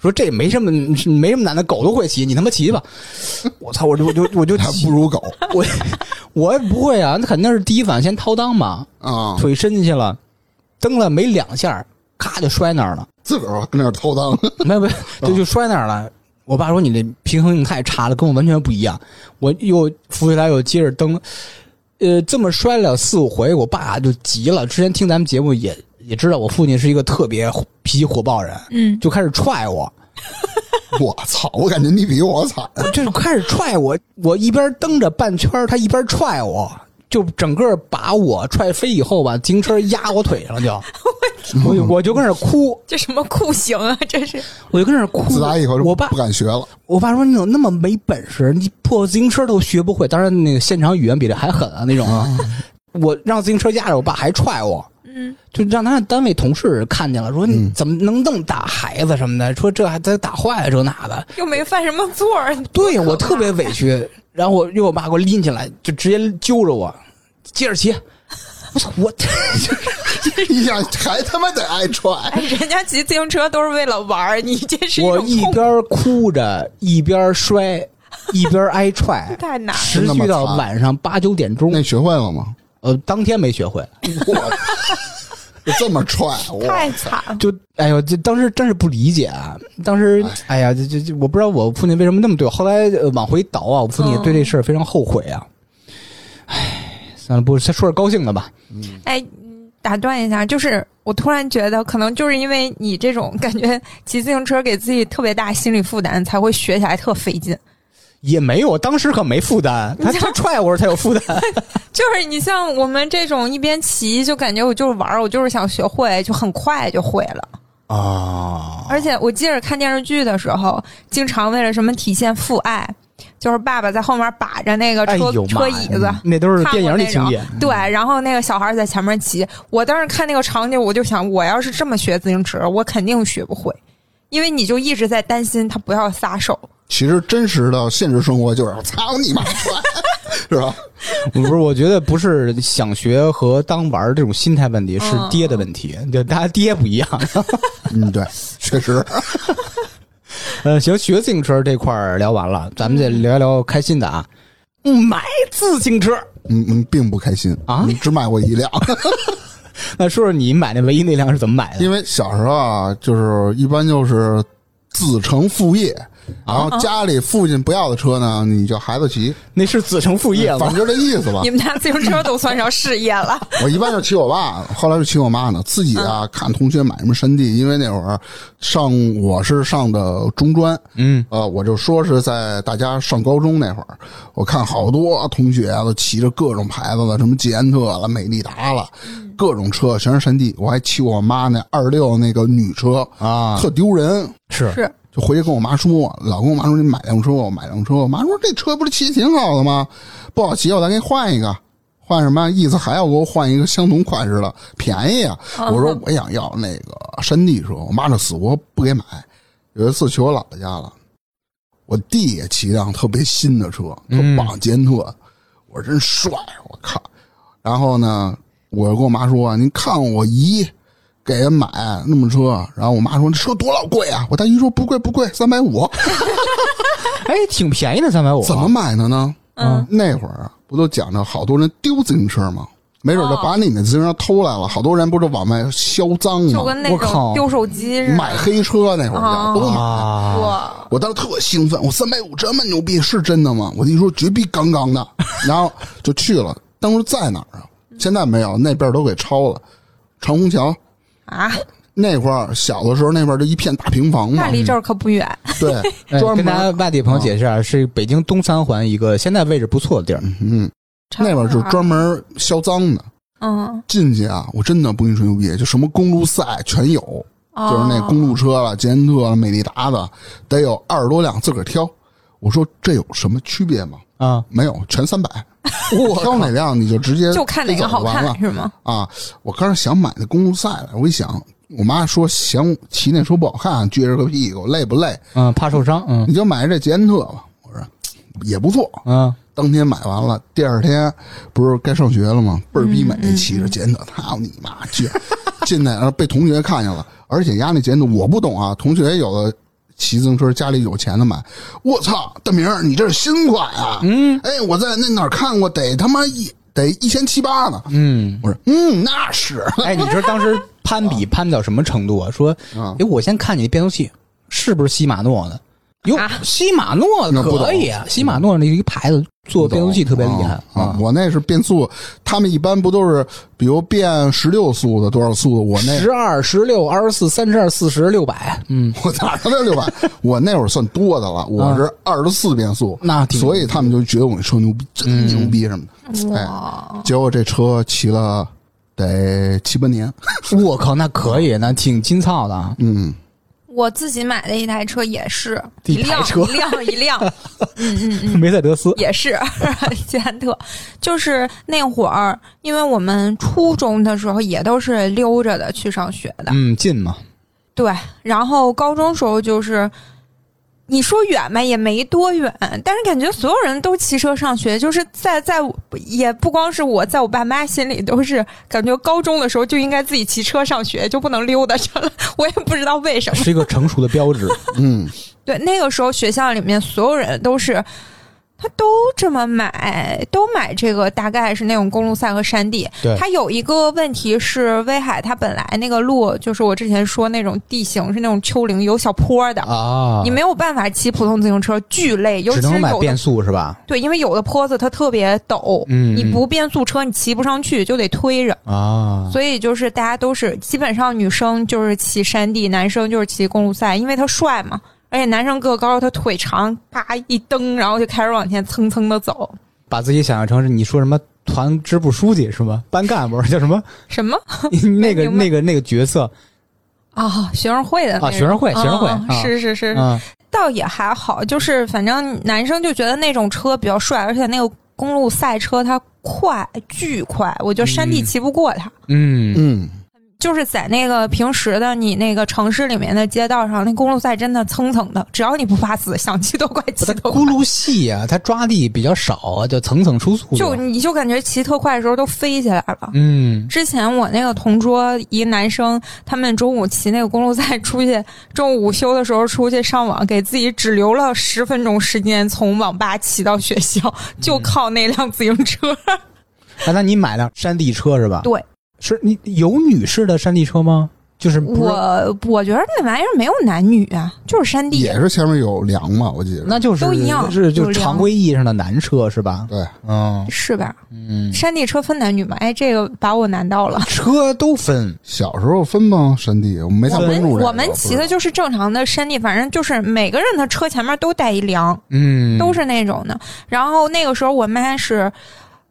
S2: 说这没什么没什么难的，狗都会骑，你他妈骑吧！我操，我就我就我就
S1: 还
S2: 骑
S1: 不如狗
S2: 我我也不会啊，那肯定是第一反应先掏裆嘛，
S1: 啊，
S2: 腿伸进去了，蹬了没两下，咔就摔那儿了，
S1: 自个儿跟那儿掏裆，
S2: 没有没有，
S1: 嗯
S2: 就就摔那儿了。我爸说你这平衡性太差了，跟我完全不一样。我又扶起来，又接着蹬，呃，这么摔了四五回，我爸就急了。之前听咱们节目也也知道，我父亲是一个特别脾气火爆人，
S3: 嗯，
S2: 就开始踹我。
S1: 我操！我感觉你比我惨，
S2: 就是开始踹我，我一边蹬着半圈儿，他一边踹我，就整个把我踹飞以后吧，自行车压我腿上了就，我就我就跟那儿哭，
S3: 这什么酷刑啊？ 这是
S2: 我就跟那儿哭。
S1: 自打以后就
S2: 我爸
S1: 不敢学了。
S2: 我爸说你怎么那么没本事，你破自行车都学不会。当然那个现场语言比这还狠啊那种啊， 我让自行车压着我爸还踹我。
S3: 嗯，
S2: 就让他单位同事看见了，说你怎么能这么打孩子什么的，说这还得打坏了这那的，
S3: 又没犯什么错儿，
S2: 对我特别委屈，然后我又我爸给我拎起来，就直接揪着我，接着骑。我操！我
S1: 你想哎还他妈得挨
S3: 哎，
S1: 踹，
S3: 人家骑自行车都是为了玩儿，你这是
S2: 我
S3: 一
S2: 一
S3: 种痛
S2: 边哭着一边摔，一边挨踹，
S3: 太难了。
S2: 持续到晚上八九点
S1: 那
S2: 钟
S1: 你。学会了 吗？
S2: 呃，当天没学会，
S1: 我就这么踹，我
S3: 太惨了，
S2: 就哎呦，这当时真是不理解啊！当时哎呀，这这这，我不知道我父亲为什么那么对我。后来、呃往回倒啊，我父亲也对这事儿非常后悔啊。唉，算了，不说说点高兴的吧。
S3: 哎，嗯打断一下，就是我突然觉得，可能就是因为你这种感觉骑自行车给自己特别大心理负担，才会学起来特费劲。
S2: 也没有，当时可没负担，他他踹我时才有负担。
S3: 就是你像我们这种一边骑，就感觉我就是玩儿，我就是想学会，就很快就会了。
S2: 啊，
S3: 而且我记着看电视剧的时候，经常为了什么体现父爱，就是爸爸在后面把着那个
S2: 哎
S3: 车、
S2: 呦妈
S3: 车
S2: 呀
S3: 椅子，
S2: 那都是
S3: 看
S2: 电
S3: 过
S2: 影里
S3: 那
S2: 情
S3: 种
S2: 节。嗯
S3: 对，然后那个小孩在前面骑，我当时看那个场景，我就想，我要是这么学自行车，我肯定学不会，因为你就一直在担心他不要撒手。
S1: 其实真实的现实生活就是 操你妈踹，是 吧？
S2: 不是，我觉得不是想学和当玩儿这种心态问题，是
S3: 嗯
S2: 爹的问题。就大家爹不一样。
S1: 嗯，对，确实。
S2: 呃，行，学自行车这块儿聊完了，咱们再聊一聊开心的啊。嗯买自行车，
S1: 嗯嗯，并不开心
S2: 啊
S1: 嗯只买过一辆，
S2: 那说说你买那唯一那辆是怎么买的？
S1: 因为小时候啊，就是一般就是子承父业，然后家里父亲不要的车呢，你就孩子骑，
S2: 那是子承父业
S1: 反
S2: 吗？
S1: 正就这意
S2: 啊
S1: 思吧
S3: 你。们家自行车都算上事业 了，
S2: 哎
S1: 我一般就骑我爸，后来就骑我妈呢。自己啊，看同学买什么山地，因为那会儿上我是上的中专，
S2: 嗯，
S1: 呃，我就说是在大家上高中那会儿，我看好多同学啊都骑着各种牌子的，什么捷安特了、美利达了，各种车全是山地。我还骑我妈那二六那个女车，
S2: 啊，
S1: 特丢人。
S2: 是
S3: 是
S1: 就回去跟我妈说，老跟我妈说你买辆车，我买辆车。我妈说这车不是骑挺好的吗？不好骑，我再给你换一个。换什么？意思还要给我换一个相同款式的，便宜啊！我说我想要那个山地车，我妈就死活不给买。有一次去我姥姥家了，我弟也骑辆特别新的车，特棒捷安特，我说真帅，我靠！然后呢，我就跟我妈说，您看我姨给人买那么车，然后我妈说那车多老贵啊！我大姨说不贵不贵，三百五，
S2: 哎，挺便宜的，三百五。
S1: 怎么买的呢？
S3: 嗯，
S1: 那会儿不都讲究好多人丢自行车吗？没准就
S3: 哦
S1: 把你的自行车偷来了，好多人不是往外销赃吗？
S3: 就跟那
S2: 我靠
S3: 种丢手机似的。
S1: 买黑车那会儿
S3: 哦
S1: 叫都买。
S2: 啊？
S3: 哇，
S1: 我当时特兴奋，我三百五这么牛逼是真的吗？我弟说绝逼杠杠 的，然后就去了。当时在哪儿啊？现在没有，那边儿都给抄了。长虹桥
S3: 啊，
S1: 那块儿，小的时候那边儿就一片大平房嘛
S3: 那，离这儿可不远。
S1: 对，
S2: 哎
S1: 专
S2: 跟大家
S1: 门
S2: 外地朋友解释一下，是北京东三环一个现在位置不错的地儿。
S1: 嗯，那边儿就是专门销赃的。
S3: 嗯，
S1: 进去啊，我真的不跟你吹牛逼，就什么公路赛全有，
S3: 哦
S1: 就是那公路车了、捷安特了、美利达的，得有二十多辆自个儿挑。我说这有什么区别吗？
S2: 啊，
S1: 没有，全三 百。我挑哪辆你就直接
S3: 就看哪
S1: 飞
S3: 个
S1: 走
S3: 好
S1: 完了
S3: 看是吗？
S1: 啊！我刚是想买那公路赛来，我一想，我妈说嫌我骑那车不好看，撅着个屁股，累不累？
S2: 嗯，怕受伤，嗯
S1: 你就买这捷安特吧。我说也不错。
S2: 嗯，
S1: 当天买完了，第二天不是该上学了吗？倍儿逼
S2: 嗯
S1: 美，骑着捷安特，操你妈 去！进来然后被同学看见了，而且压那捷安特我不懂啊，同学有的骑自行车，家里有钱的买。我操，大明儿，你这是新款啊？嗯，哎，我在那哪儿看过，得他妈一得一千七八呢。
S2: 嗯，
S1: 我说，嗯，那是，
S2: 哎，你知道当时攀比攀到什么程度啊？说，
S1: 啊
S2: 哎，我先看你变速器是不是西马诺的？哟
S3: 啊，
S2: 西马诺
S1: 那不懂
S2: 可以啊，西马诺那一个牌子做变速器特别厉害
S1: 啊我那是变速，他们一般不都是比如变十六速的多少速的？我那
S2: 十二、十六、二十四、三十二、四十、六百，嗯，
S1: 我咋他妈六百？我那会儿算多的了，我是二十四变速，
S2: 那挺嗯
S1: 所以他们就觉得我那车牛逼，真牛逼什么的。
S3: 哦
S1: 哎，结果这车骑了得七八年，
S2: 我靠，那可以，那挺劲操的啊。
S1: 嗯，
S3: 我自己买的一台车也是
S2: 一
S3: 一辆
S2: 台车
S3: 一辆一 辆， 嗯
S2: 梅赛德斯，
S3: 也是捷安特，就是那会儿，因为我们初中的时候也都是溜着的去上学的，
S2: 嗯，近嘛，
S3: 对。然后高中时候就是，你说远吧也没多远，但是感觉所有人都骑车上学，就是在在也不光是我，在我爸妈心里都是感觉高中的时候就应该自己骑车上学，就不能溜达着了。 我也不知道为什么。
S2: 是一个成熟的标 志。
S1: 嗯
S3: 对，那个时候学校里面所有人都是，他都这么买，都买这个，大概是那种公路赛和山地。
S2: 对
S3: 它有一个问题是，威海它本来那个路就是我之前说那种地形是那种丘陵，有小坡的。
S2: 啊
S3: 你没有办法骑普通自行车，巨累，尤
S2: 只
S3: 其是
S2: 能买
S3: 有
S2: 变
S3: 的
S2: 速是吧？
S3: 对，因为有的坡子它特别陡，
S2: 嗯
S3: 你不变速车你骑不上去，就得推着。
S2: 啊，
S3: 所以就是大家都是基本上女生就是骑山地，男生就是骑公路赛，因为他帅嘛，而且男生个高，他腿长，啪一蹬，然后就开始往前蹭蹭的走。
S2: 把自己想象成是你说什么团支部书记是 吗？班干部叫什 么？
S3: 什么
S2: 那个
S3: 明白
S2: 那个那个角色
S3: 啊？学生会的那
S2: 啊
S3: 种
S2: 学生会
S3: 啊
S2: 学生会
S3: 啊
S2: 啊
S3: 是是是，
S2: 啊，
S3: 倒也还好，就是反正男生就觉得那种车比较帅，而且那个公路赛车它快，巨快，我觉得山地
S2: 嗯
S3: 骑不过它。
S2: 嗯，
S1: 嗯，
S3: 就是在那个平时的你那个城市里面的街道上，那公路赛真的蹭蹭的，只要你不怕死，想骑都快骑
S2: 它
S3: 都
S2: 轱
S3: 快。
S2: 辘细啊，它抓地比较少啊，就层层出速。
S3: 就你就感觉骑特快的时候都飞起来了。
S2: 嗯，
S3: 之前我那个同桌一男生，他们中午骑那个公路赛出去，中午午休的时候出去上网，给自己只留了十分钟时间，从网吧骑到学校，就靠那辆自行车。
S2: 啊，那你买辆山地车是吧？
S3: 对，
S2: 是你有女士的山地车吗？就是 不是
S3: 我我觉得那玩意儿没有男女啊，就是山地
S1: 也。是前面有梁嘛，我记得。
S2: 那就是
S3: 都一样
S2: 是就
S3: 有梁
S2: 常规意义上的男车是吧？
S1: 对，
S2: 嗯
S3: 是吧？
S2: 嗯，
S3: 山地车分男女吗？哎，这个把我难到了。
S2: 车都分
S1: 小时候分吗？山地我没太
S3: 我
S1: 关
S3: 们
S1: 注这个
S3: 我们骑
S1: 不知
S3: 的
S1: 道
S3: 就是正常的山地，反正就是每个人的车前面都带一梁，
S2: 嗯
S3: 都是那种的。然后那个时候我妈是，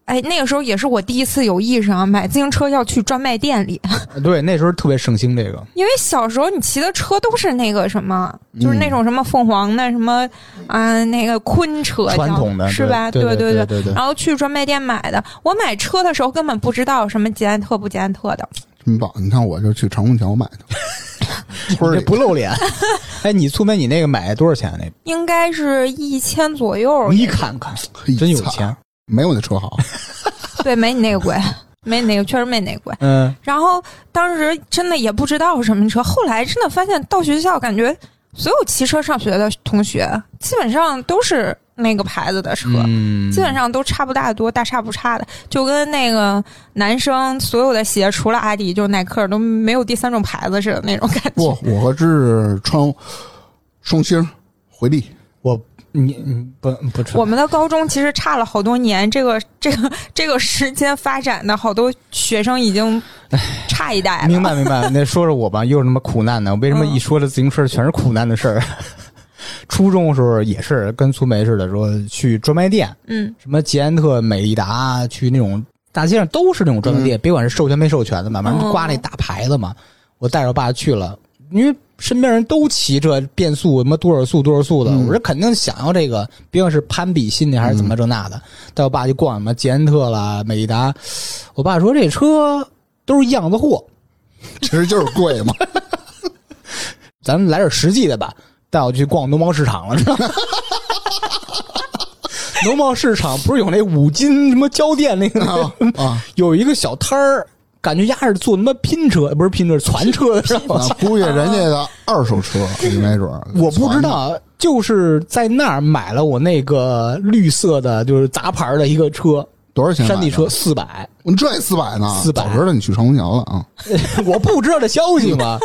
S3: 哎，那个时候也是我第一次有意识啊，买自行车要去专卖店里，
S2: 对，那时候特别盛行这个，
S3: 因为小时候你骑的车都是那个什么，就是
S2: 嗯
S3: 那种什么凤凰的什么，啊、那个昆车，
S2: 传统的
S3: 是吧？
S2: 对
S3: 对
S2: 对对对对
S3: 然后去专卖店买的，我买车的时候根本不知道什么捷安特不捷安特的，
S1: 真棒！你看我就去长虹桥买的，村儿
S2: 你
S1: 里
S2: 这不露 脸。哎，你粗眉，你那个买多少钱啊？那个
S3: 应该是一千左右。
S2: 你看看，
S1: 嘿
S2: 真有
S1: 操
S2: 钱。
S1: 没我那车 好。
S3: 对，没你那个贵，没你那个，确实没你那个贵。
S2: 嗯，
S3: 然后当时真的也不知道什么车，后来真的发现到学校，感觉所有骑车上学的同学基本上都是那个牌子的车。
S2: 嗯
S3: 基本上都差不大多，大差不差的，就跟那个男生所有的鞋除了阿迪就是耐克都没有第三种牌子似的那种感觉。
S1: 不，我和芝芝穿双星儿回力，
S2: 我你你不不穿
S3: 我们的高中其实差了好多年，这个这个这个时间发展的好多学生已经差一代了。
S2: 明白明 白，那说说我吧，又是什么苦难呢？为什
S3: 嗯
S2: 么一说这自行车全是苦难的事儿？初中的时候也是跟粗梅似的，说去专卖店，
S3: 嗯，
S2: 什么捷安特、美利达，啊去那种大街上都是那种专卖店，别管是授权没授权的嘛，反正挂那大牌子嘛。我带着我爸去了，因为身边人都骑这变速什么多少速多少速的，我这肯定想要这个，别管是攀比心理还是怎么这那的。带我爸去逛什么捷安特啦、美利达，我爸说这车都是样子货，
S1: 其实就是贵嘛。
S2: 咱们来点实际的吧，带我去逛农贸市场了，知道吗？农贸市场不是有那五金什么胶店那个，
S1: 啊啊
S2: 有一个小摊儿，感觉压着坐他妈拼车，不是拼车，船车的时候，
S1: 啊，估计人家的二手 车，你没准儿
S2: 我不知
S1: 传的
S2: 道，就是在那儿买了我那个绿色的，就是杂牌的一个车，
S1: 多少钱买的。
S2: 山地车四百，
S1: 我这四百呢？
S2: 400
S1: 早知道你去长虹桥了啊！
S2: 我不知道这消息 吗？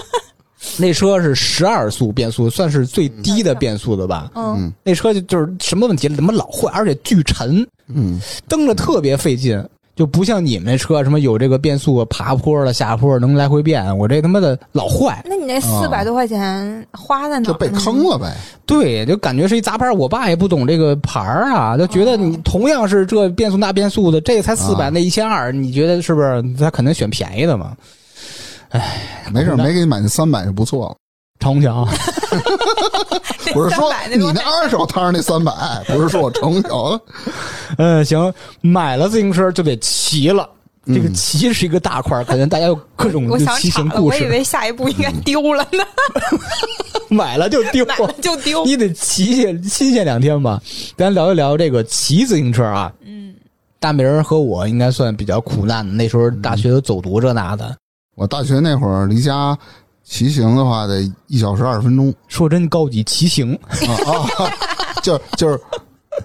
S2: 那车是十二速变速，算是最低的变速的吧。
S3: 嗯，
S2: 那车就就是什么问题，怎么老坏，而且巨沉，
S1: 嗯，
S2: 蹬着特别费劲，就不像你们那车什么有这个变速，爬坡了、下坡能来回变，我这他妈的老坏。
S3: 那你那四百多块钱花在哪
S1: 啊就
S3: 儿呢？
S1: 被 坑了呗。
S2: 对，就感觉是一杂牌儿。我爸也不懂这个牌儿啊，就觉得你同样是这变速那变速的，这才四百、
S1: 啊
S2: 那一千二，你觉得是不是？他肯定选便宜的嘛。
S1: 没事儿，
S2: 哎那
S1: 没给你买那三百就不错 了。
S2: 长虹桥，
S1: 不是说
S3: 300那
S1: 你
S3: 种
S1: 那二手摊上那三百，不是说我长虹桥了。
S2: 嗯，行，买了自行车就得骑了。这个
S1: 嗯
S2: 骑是一个大块儿，可能大家有各种
S3: 我
S2: 就
S3: 想
S2: 骑
S3: 岔
S2: 行
S3: 了，
S2: 故
S3: 我以
S2: 事，
S3: 为下一步应该
S1: 嗯
S3: 丢了 呢，
S2: 买了就丢
S3: 买了就丢。
S2: 你得骑去新鲜两天吧。咱聊一聊这个骑自行车啊。嗯，大明儿和我应该算比较苦难的，那时候大学都走读这那的。
S1: 我大学那会儿离家骑行的话，得一小时二十分钟
S2: 说真高级，骑行
S1: 啊啊， 就就是。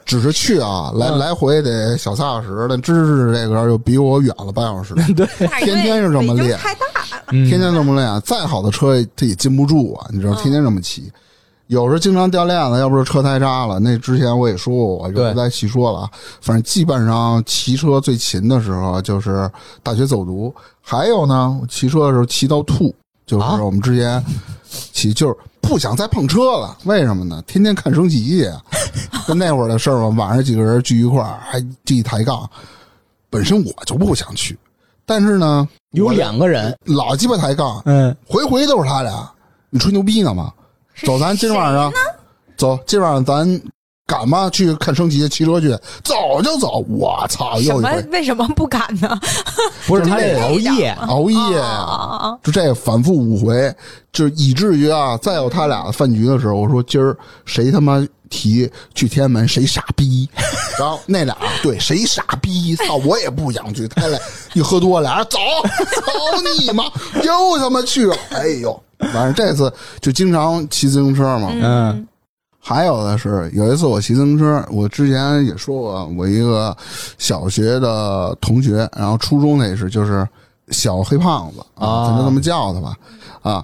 S1: 只是去啊，来
S2: 嗯
S1: 来回得小仨小时，但知识这个就比我远了半小时，
S3: 大
S1: 天天是这么
S3: 因为北京
S1: 练
S3: 太大了。
S2: 嗯
S1: 天天这么练，再好的车它也禁不住啊，你知道，天天这么骑，有时候经常掉链子，要不是车胎扎了。那之前我也说过，我就
S2: 对
S1: 不再细说了啊。反正基本上骑车最勤的时候就是大学走读，还有呢，我骑车的时候骑到吐，就是
S2: 啊
S1: 我们之前骑就是不想再碰车了，为什么呢？天天看升旗 去，就那会儿的事儿嘛，晚上几个人聚一块儿，还一抬杠。本身我就不想去，但是呢，
S2: 有
S1: 我
S2: 两个人，
S1: 老鸡巴抬杠，
S2: 嗯，
S1: 回回都是他俩，你吹牛逼呢吗？ 走，咱今晚上走，今晚上咱赶吧，去看升旗，骑车去，走就走。我操，
S3: 什
S1: 又一
S3: 么
S1: 回？
S3: 为什么不敢呢？
S2: 不是
S1: 就
S2: 他
S1: 那
S2: 得
S1: 个
S2: 熬夜，
S1: 熬夜
S3: 啊
S1: 啊
S3: 啊啊啊！
S1: 就这反复五回，就以至于啊，再有他俩饭局的时候，我说今儿谁他妈提去天安门，谁傻逼。然后那俩对谁傻逼，操我也不想去。他俩一喝多，俩人走，操你妈，又他妈去了。哎呦，反正这次就经常骑自行车嘛，
S2: 嗯
S1: 还有的是，有一次我骑自行车，我之前也说过，我一个小学的同学，然后初中那是就是小黑胖子
S2: 啊
S1: 咱就这么叫他吧，啊，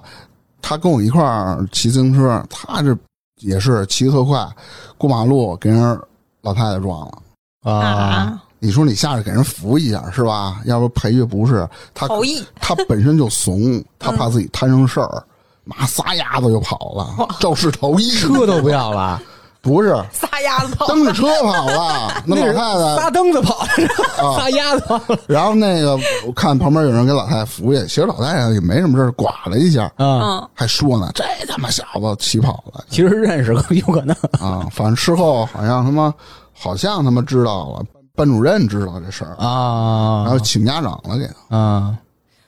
S1: 他跟我一块儿骑自行车，他这也是骑得特快，过马路给人老太太撞了。
S2: 啊，
S3: 啊，
S1: 你说你下去给人扶一下是吧？要不赔也不是，他
S3: 头意
S1: 他本身就怂，他怕自己摊上事儿，妈撒丫子就跑了，肇事逃逸，
S2: 车都不要了，
S1: 不是
S3: 撒丫子 跑，
S1: 蹬着车跑 了，那老
S2: 那是
S1: 太太，
S2: 撒蹬子跑，撒丫子跑，
S1: 然后那个我看旁边有人给老太太扶去，其实老太太也没什么事儿，剐了一下，
S2: 嗯，
S3: 嗯，
S1: 还说呢，这他妈小子起跑了
S2: 其实认识有可能，
S1: 啊！反正事后好像他妈，好像他妈知道了，班主任知道这事儿，然
S2: 啊
S1: 后请家长了给他。
S2: 啊，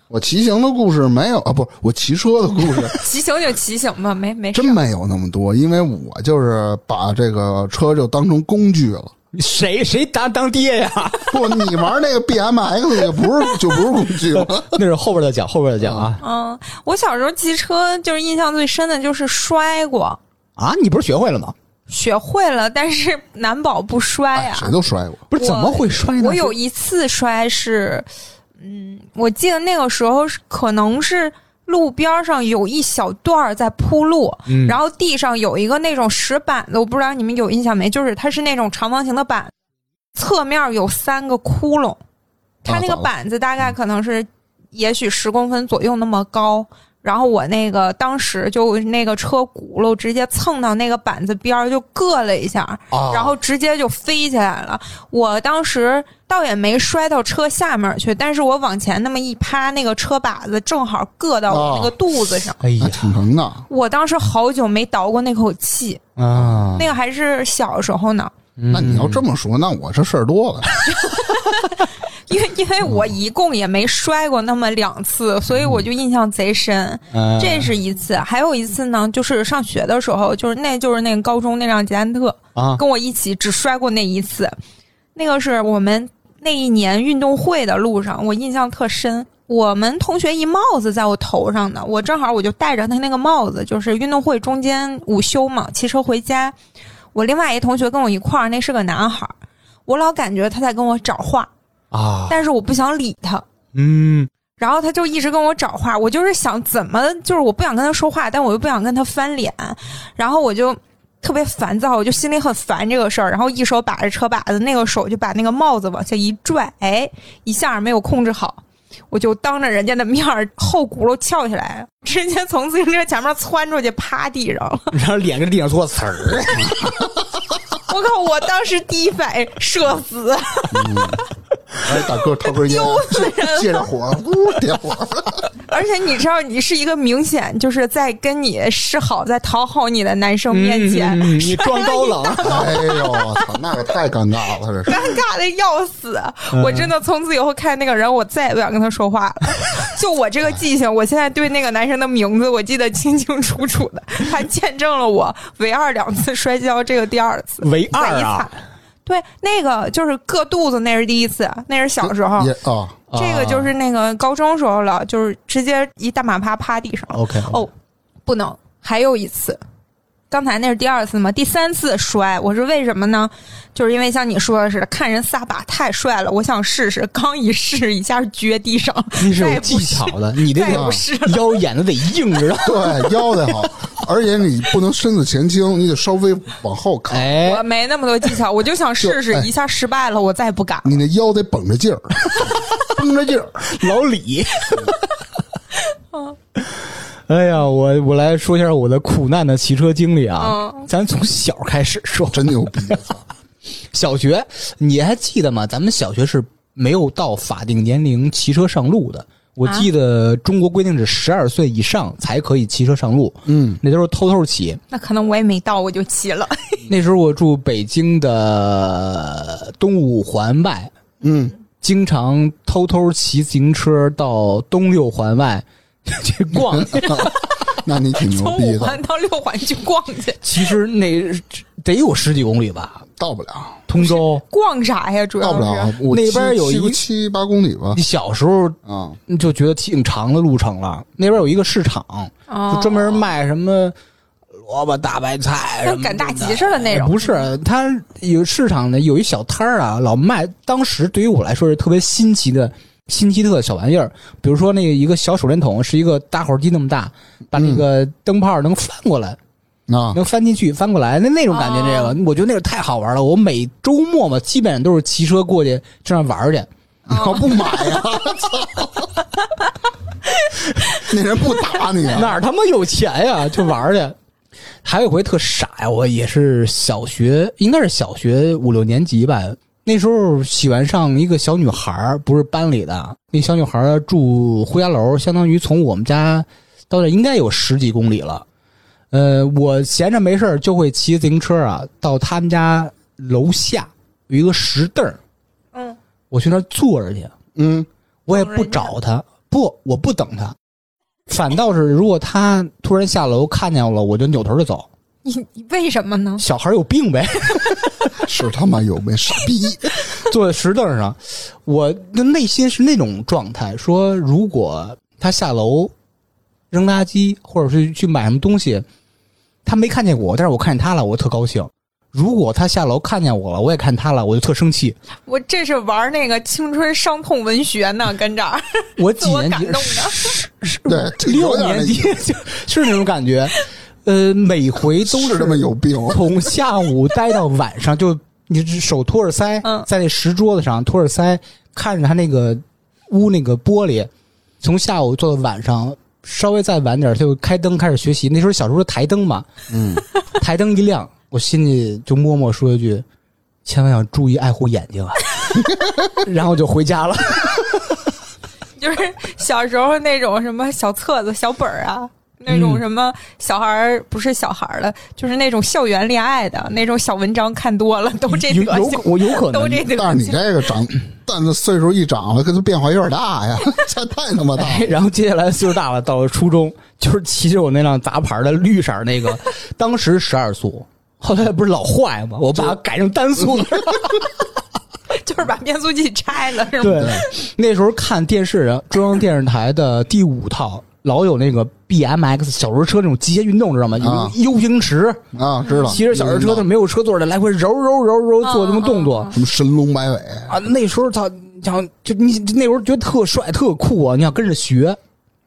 S1: 我骑行的故事没有啊，不，我骑车的故事
S3: 骑行就骑行吧，没没事
S1: 真。没有那么多，因为我就是把这个车就当成工具了。
S2: 谁谁当当爹呀？
S1: 不，你玩那个 BMX 就不是就不是工具了。
S2: 那是后边再讲，后边再讲啊
S3: 嗯，我小时候骑车就是印象最深的就是摔过，
S2: 啊！你不是学会了吗？
S3: 学会了，但是 难保不摔
S1: 哎，
S3: 啊。
S1: 谁都摔过。
S2: 不是
S3: 我
S2: 怎么会摔呢？
S3: 我有一次摔是，嗯，我记得那个时候是可能是路边上有一小段儿在铺路，
S2: 嗯
S3: 然后地上有一个那种石板子，我不知道你们有印象没？就是它是那种长方形的板，侧面有三个窟窿，它
S1: 啊
S3: 那个
S1: 懂了
S3: 板子大概可能是也许十公分左右那么高。然后我那个当时就那个车轱辘直接蹭到那个板子边儿，就硌了一下，
S2: 啊
S3: 然后直接就飞起来了。我当时倒也没摔到车下面去，但是我往前那么一趴，那个车把子正好硌到我那个肚子上。
S2: 哎呀
S1: 还挺疼的。啊
S3: 我当时好久没倒过那口气，
S2: 啊，
S3: 那个还是小时候呢，
S1: 那
S2: 那
S1: 你要这么说，那我这事儿多 了。
S3: 因为因为我一共也没摔过那么两次，所以我就印象贼深。
S2: 嗯
S3: 这是一次，还有一次呢，就是上学的时候，就是那就是那个高中那辆捷安特，
S2: 啊
S3: 跟我一起只摔过那一次，那个是我们。那一年运动会的路上，我印象特深。我们同学一帽子在我头上呢，我正好我就戴着他那个帽子，就是运动会中间午休嘛，骑车回家。我另外一同学跟我一块儿，那是个男孩儿，我老感觉他在跟我找话，
S5: 啊，
S3: 但是我不想理他。
S5: 嗯，
S3: 然后他就一直跟我找话，我就是想怎么，就是我不想跟他说话，但我又不想跟他翻脸，然后我就特别烦躁，我就心里很烦这个事儿，然后一手把着车把子，那个手就把那个帽子往下一拽，哎，一下没有控制好，我就当着人家的面儿后轱辘翘起来，直接从自行车前面窜出去，趴地上了。
S2: 然后脸跟地上搓瓷儿，
S3: 我靠！我当时第一反应射死，
S1: 哎，大哥掏根烟，借借着火，呜点火。
S3: 而且你知道，你是一个明显就是在跟你示好、在讨好你的男生面前，
S2: 嗯你装高冷，
S1: 哎呦，我操，那可太尴尬了，这是
S3: 尴尬的要死！
S2: 嗯
S3: 我真的从此以后看那个人，我再也不想跟他说话了。 就我这个记性，我现在对那个男生的名字我记得清清楚楚的，还见证了我唯二两次摔跤，这个第二次
S2: 唯二
S3: 贼
S2: 啊
S3: 惨。对，那个就是硌肚子，那是第一次，那是小时候
S1: 也。啊，
S3: 这个就是那个高中时候了，就是直接一大马趴趴地上了。
S2: OK
S3: 哦，不能，还有一次，刚才那是第二次嘛，第三次摔，我是为什么呢？就是因为像你说的似的，看人撒把太帅了，我想试试，刚一试一下撅地上，
S2: 你是
S3: 再
S2: 有
S3: 也
S2: 技
S3: 不试
S2: 巧的，你这
S3: 再也
S2: 个
S3: 不是了。
S2: 腰演的得硬，知 道吗？
S1: 对，腰得好，而且你不能身子前倾，你得稍微往后靠，
S2: 哎
S3: 我，没那么多技巧，我就想试试
S1: 就，哎
S3: 一下失败了，我再也不敢了。
S1: 你那腰得绷着劲 儿，绷着劲儿。
S2: 老 李。哎呀，我我来说一下我的苦难的骑车经历啊，
S3: 嗯
S2: 咱从小开始说。
S1: 真牛逼！我操，
S2: 小学你还记得吗？咱们小学是没有到法定年龄骑车上路的。我
S3: 啊
S2: 记得中国规定是十二岁以上才可以骑车上路，
S1: 嗯，
S2: 那都是偷偷骑。
S3: 那可能我也没到，我就骑了。
S2: 那时候我住北京的东五环外，
S1: 嗯，
S2: 经常偷偷骑自行车到东六环外 去逛。
S1: 那你挺牛
S3: 从
S1: 逼
S3: 五
S1: 的
S3: 环，到六环去逛去，
S2: 其实那得有十几公里吧，
S1: 到不了，
S2: 通州。
S3: 逛啥呀？主
S1: 到
S3: 要是
S1: 不了。啊我
S2: 那
S1: 七
S2: 边有
S1: 七
S2: 一嗯
S1: 七八公里吧
S2: 你，小时候
S1: 啊，
S2: 就觉得挺长的路程了，那边有一个市场，就
S3: 哦
S2: 专门卖什么萝卜、大白菜什
S3: 像
S2: 么
S3: 赶大集
S2: 的哎
S3: 似的那种。
S2: 不是，它有市场的有一小摊儿啊，老卖。当时对于我来说是特别新奇的、新奇特的小玩意儿，比如说那个一个小手电筒是一个打火机那么大，把那个灯泡能翻过来，
S1: 啊，
S2: 能翻进去、翻过来，那那种感觉，这个、
S3: 哦
S2: 我觉得那个太好玩了。我每周末嘛，基本上都是骑车过去这样玩儿去。
S1: 我不买呀，操！那人不打你 啊？
S2: 哪儿他妈有钱呀？就玩儿去。 还有一回特傻呀，我也是小学，应该是小学五六年级吧。那时候喜欢上一个小女孩儿，不是班里的。那小女孩儿住呼家楼，相当于从我们家到这应该有十几公里了。呃，我闲着没事儿就会骑自行车啊，到他们家楼下有一个石凳儿
S3: 嗯，
S2: 我去那儿坐着去。
S1: 嗯，
S2: 我也不找他，不，我不等他。反倒是如果他突然下楼看见我了，我就扭头就走。
S3: 你你为什么呢？
S2: 小孩有病呗，
S1: 是他妈有没傻逼？
S2: 坐在石凳上，我的内心是那种状态，说如果他下楼扔垃圾或者是去买什么东西，他没看见我，但是我看见他了，我特高兴。如果他下楼看见我了，我也看他了，我就特生气。
S3: 我这是玩那个青春伤痛文学呢，跟这儿
S2: 我
S3: 自
S2: 几
S3: 我
S2: 年
S3: 感
S2: 级
S3: 动的。
S1: 对，这有
S2: 六
S1: 点
S2: 年
S1: 那
S2: 级就是那种感觉，呃，每回都
S1: 是他妈有病。
S2: 从下午待到晚上，就你只手托着腮，
S3: 嗯
S2: 在那石桌子上托着腮，看着他那个屋那个玻璃，从下午坐到晚上，稍微再晚点他就开灯开始学习。那时候小时候台灯嘛，
S1: 嗯，
S2: 台灯一亮，我心里就默默说一句：“千万要注意爱护眼睛啊。” 然后就回家了。
S3: 就是小时候那种什么小册子、小本儿啊，那
S2: 嗯
S3: 种什么小孩儿、不是小孩儿了，就是那种校园恋爱的那种小文章看多了，都这
S2: 有
S3: 德
S2: 有
S3: 行，
S2: 我有可能
S3: 都这德
S1: 但是你
S3: 行。
S1: 这个长，但是岁数一长了，跟他变化有点大呀， 这太他妈大
S2: 哎
S1: 了。
S2: 然后接下来岁数大了，到了初中，就是骑着我那辆杂牌的绿色儿那个，当 时十二速，后来不是老坏吗？我把它改成单速了。
S3: 就是把变速器拆了，是吗？
S2: 对，那时候看电视啊，中央电视台的第五套老有那个 BMX 小轮车那种极限运动，知道吗？有
S1: 啊
S2: U 型池，
S1: 啊，知道。
S2: 骑着小轮车，
S1: 什
S2: 那没有车座的，来回揉揉揉揉
S3: 啊
S2: 做这么动作
S3: 啊
S1: 么神龙摆尾，
S2: 啊。那时候他想就你那时候觉得特帅特酷啊，你想跟着学。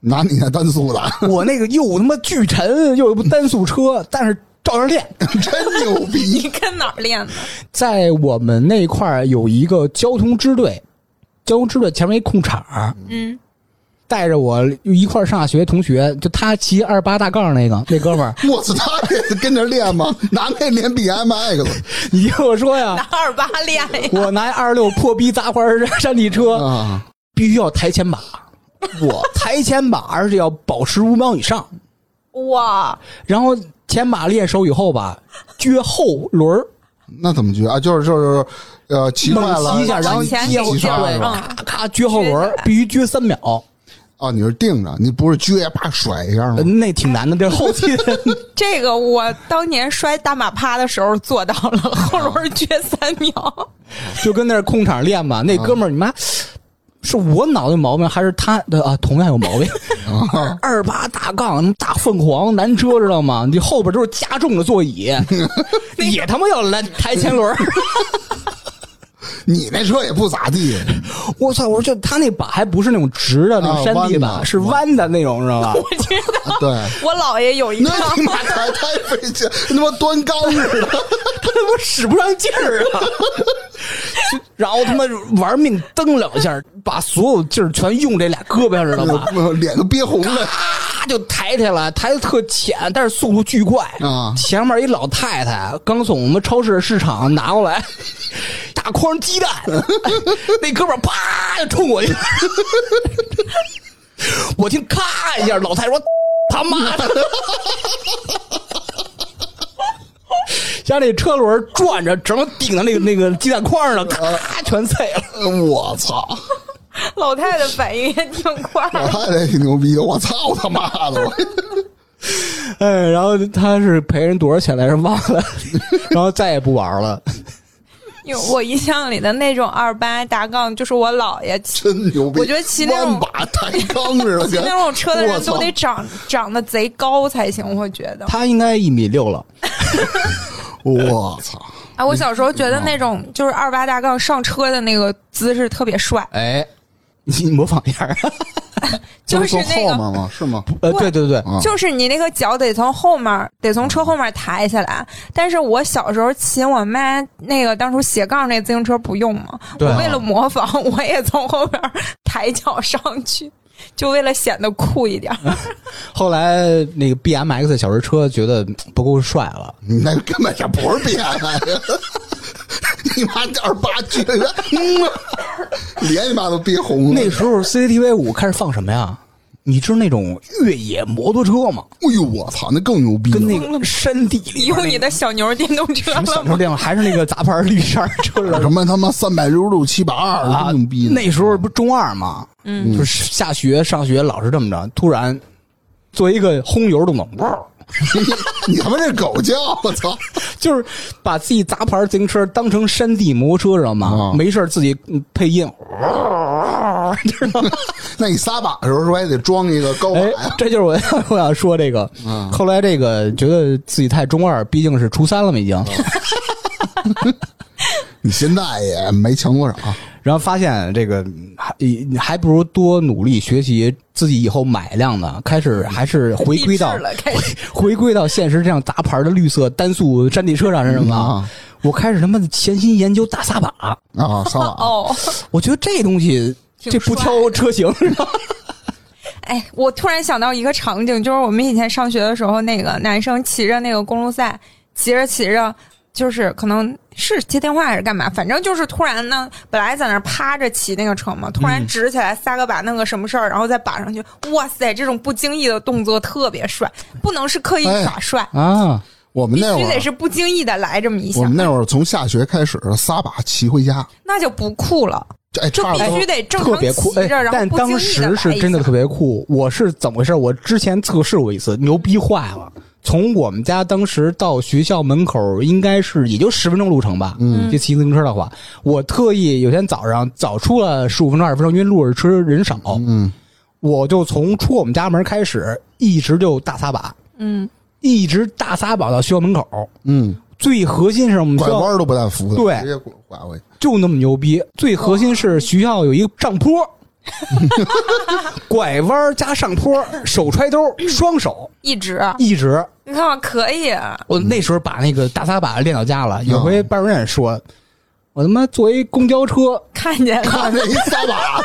S1: 拿你那单速的，
S2: 我那个又他妈巨沉，又有部单速车，但是照样练。
S1: 真牛逼！
S3: 你跟哪儿练的？
S2: 在我们那块儿有一个交通支队，交通支队前面一空场儿，
S3: 嗯，
S2: 带着我一块儿上学同学，就他骑二八大杠那个那哥们 儿，
S1: 我操，他也跟着练吗？拿那练 BMX
S2: 你听我说呀
S3: 拿，二八练呀。
S2: 我拿二六破逼杂花儿山地车，
S1: 啊！
S2: 必须要抬前把，我抬前把，而且要保持五秒以上，
S3: 哇，
S2: 然后前把练熟以后吧，撅后轮儿，
S1: 那怎么撅啊？就是就是，呃，骑快
S2: 猛
S1: 了，
S2: 骑一下，然后
S3: 往前
S2: 撅后
S1: 骑
S2: 撅
S1: 上
S2: 后
S1: 来
S2: 轮
S1: 是
S2: 儿，
S1: 吧
S3: 嗯
S2: 咔咔撅后轮儿
S3: 撅，
S2: 必须撅三秒。
S1: 哦，你是定着，你不是撅啪甩一下吗
S2: 呃？那挺难的，这是后期的
S3: 这个我当年摔大马趴的时候做到了，
S2: 啊
S3: 后轮撅三秒。
S2: 就跟那儿空场练吧。那
S1: 嗯
S2: 哥们儿，你妈是我脑子有毛病，还是他的啊？同样有毛病。
S1: 嗯
S2: 二八大杠，大凤凰南车知道吗？你后边都是加重的 座椅，也他妈要来抬前轮儿。
S1: 你那车也不咋地，
S2: 我操！我说就他那把还不是那种直的那种
S1: 啊
S2: 山地
S1: 弯
S2: 把，
S1: 的
S2: 是弯的那种，知 道吧？
S1: 对，
S3: 我姥爷有一
S1: 那
S3: 套
S1: 你，妈太太费劲，他妈端缸似的。
S2: 他他妈使不上劲儿啊！ 就然后他妈玩命蹬两下，把所有劲儿全用这俩胳膊上，知道吧？
S1: 我脸都憋红了。
S2: 咔啊就抬起来，抬的特浅，但是速度巨快
S1: 啊
S2: 前面一老太太刚从我们超市市场拿过来大筐鸡蛋， 那哥们儿啪就冲我去，我听咔一下，老太太说他妈的。像那车轮转着，正好顶到那个那个鸡蛋框上了，咔全碎了。
S1: 我操！
S3: 老太太反应也挺快
S1: 老太太挺牛逼的，我操他妈 的！我
S2: 哎，然后他是赔人多少钱来着？忘 了，然后再也不玩了。
S3: 因为我印象里的那种二八大杠，就是我姥爷骑
S1: 真牛逼！
S3: 我觉得骑那种
S1: 弯把抬缸似 的，
S3: 那种车的
S1: 我
S3: 人
S1: 操
S3: 都得长长得贼高才行，我觉得。
S2: 他应该一米六了，
S1: 我操！
S3: 哎，我小时候觉得那种就是二八大杠上车的那个姿势特别帅，
S2: 哎，你模仿一下。
S1: 不
S3: 就是是
S1: 坐
S3: 那
S1: 后
S3: 个
S1: 面吗？是吗？
S2: 呃，
S3: 哇
S2: 对对对，
S1: 啊
S3: 就是你那个脚得从后面儿，得从车后面儿抬起来。但是我小时候骑我妈那个当初斜杠那自行车不用嘛，
S2: 对啊
S3: 我为了模仿，我也从后面儿抬脚上去，就为了显得酷一点儿。
S2: 后来那个 B M X 小轮车觉得嗯不够帅了，
S1: 你那根本就不是变态。 你妈二八绝缘，嗯脸你妈都憋红了。
S2: 那时候 C C T V 五开始放什么呀？你知道那种越野摩托车吗？
S1: 哎呦我操，那更牛逼了！
S2: 跟那个山地
S3: 你
S2: 里边
S3: 用你的小牛电动车
S2: 什么小
S3: 了
S2: 车
S3: 吗？
S2: 辆，还是那个杂牌儿绿色儿车 了
S1: 什么他妈三百六十度七百二，
S2: 啊
S1: 真牛逼！！
S2: 那时候不是中二嘛，嗯，就是下学上学老是这么着，突然做一个轰油动作，哇儿
S1: 你他妈这狗叫！我操！
S2: 就是把自己杂牌自行车当成山地摩托车，知道吗？
S1: 啊
S2: 没事儿自己嗯配音，知道吗？
S1: 那你撒把的时候是不是还得装一个高把
S2: 哎
S1: 呀？，
S2: 这就是我 我想说这个。
S3: 嗯
S2: 后来这个觉得自己太中二，毕竟是初三了嘛已
S3: 啊
S2: 经，
S1: 你现在也没强多少， 啊
S2: 然后发现这个嗯还还不如多努力学习，自己以后买辆呢，开始还是回
S3: 励
S2: 归
S3: 志
S2: 到
S3: 了，开始
S2: 回归到现实这样杂牌的绿色单速山地车上，是什么？
S3: 嗯
S1: 啊
S2: 我开始他妈的潜心研究大撒把，
S1: 啊，撒把。
S3: 哦。
S2: 我觉得这东西
S3: 挺
S2: 这不挑车型是吧？
S3: 哎，我突然想到一个场景，就是我们以前上学的时候，那个男生骑着那个公路赛，骑着骑着，就是可能是接电话还是干嘛，反正就是突然呢，本来在那儿趴着骑那个车嘛，突然直起来撒个把，弄个什么事儿，然后再把上去。哇塞，这种不经意的动作特别帅，不能是刻意
S1: 哎
S3: 耍帅，
S2: 啊，
S1: 我们
S3: 必
S1: 那会
S3: 须得
S1: 儿，
S3: 是不经意的来这么一下
S1: 我，们那会儿从下学开始撒把骑回家，
S3: 那就不酷了，
S1: 这哎，
S3: 就
S1: 差
S3: 必
S1: 点
S3: 须
S1: 都
S3: 得正
S2: 特
S3: 常
S2: 别酷哎
S3: 骑着，然后
S2: 但
S3: 不经
S2: 当
S3: 意的
S2: 时是真的特别酷。我是怎么回事？我之前测试过一次，牛逼坏了，从我们家当时到学校门口，应该是也就十分钟路程吧。
S1: 嗯
S2: 就骑自行车的话，我特意有天早上早出了十五分钟、二十分钟，因为路上车人少，
S1: 嗯，
S2: 我就从出我们家门开始，一直就大撒把，
S3: 嗯，
S2: 一直大撒把到学校门口。
S1: 嗯，
S2: 最核心是我们学
S1: 拐
S2: 校
S1: 弯都不带扶的，
S2: 对
S1: 直接拐回去。
S2: 就那么牛逼，最核心是学校有一个上 坡，拐弯加上坡，手揣兜，双手
S3: 一直，啊
S2: 一直。
S3: 你看吧，可以，啊
S2: 我那时候把那个大撒把练到家
S1: 嗯
S2: 了。有回班主任说，我他妈坐一公交车，
S3: 看见了，
S1: 看这一撒把，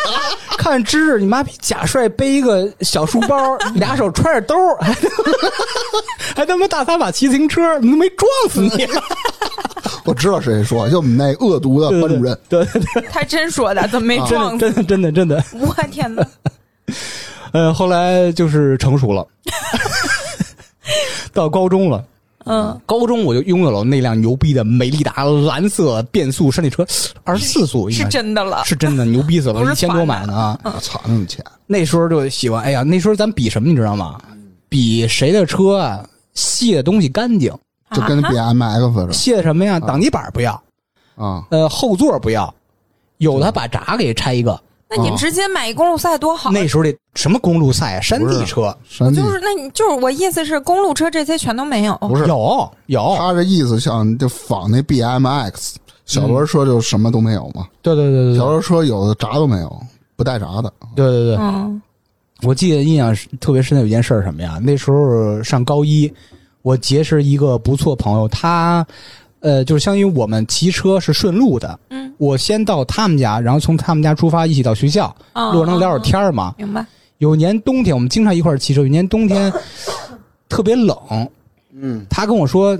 S2: 看芝芝你妈逼假帅背一个小书 包，俩手揣着兜儿，还还他妈大撒把骑自行车，你都没撞死你！
S1: 我知道谁说，就我们那恶毒的班主任，
S2: 对对
S3: 他真说的，怎么没撞
S2: 对，
S3: 死？
S2: 真的真的真的真的，
S3: 我天哪！
S2: 呃，后来就是成熟了， 到高中了。
S3: 嗯，
S2: 高中我就拥有了那辆牛逼的美利达蓝色变速山地车，二十四速应
S3: 是
S2: 该是
S3: 真的了，
S2: 是真的牛逼死
S3: 不
S2: 了，
S3: 是
S2: 一千多
S3: 传
S2: 买的啊！
S3: 嗯
S1: 我操，那么钱，
S2: 那时候就喜欢，哎呀，那时候咱比什么你知道吗？比谁的车啊卸的东西干净，
S1: 就跟
S3: 啊
S1: 比 M X 似
S2: 卸什么呀？挡泥板不要，
S1: 的啊。
S2: 呃，后座不要，有的还把闸给拆一个。
S3: 那你直接买一公路赛多好。
S2: 啊
S3: 啊
S2: 那时候的什么公路赛啊，山地车
S1: 山地
S3: 就是，那你就是我意思是，公路车这些全都没有。
S1: 不是
S2: 有有，
S1: 他这意思像就仿那 B M X 小轮车，就什么都没有嘛。
S2: 对对对对
S1: 小
S2: 对
S1: 轮车有的闸都没有，不带闸的。
S2: 对对对，
S3: 嗯，
S2: 我记得印象是特别深的有一件事儿什么呀？那时候上高一，我结识一个不错朋友，他呃，就是相当于我们骑车是顺路的，
S3: 嗯，
S2: 我先到他们家，然后从他们家出发一起到学校，
S3: 啊
S2: 路上聊会儿天儿嘛。
S3: 明白。
S2: 有年冬天我们经常一块儿骑车，有年冬天 特别冷，
S1: 嗯，
S2: 他跟我说，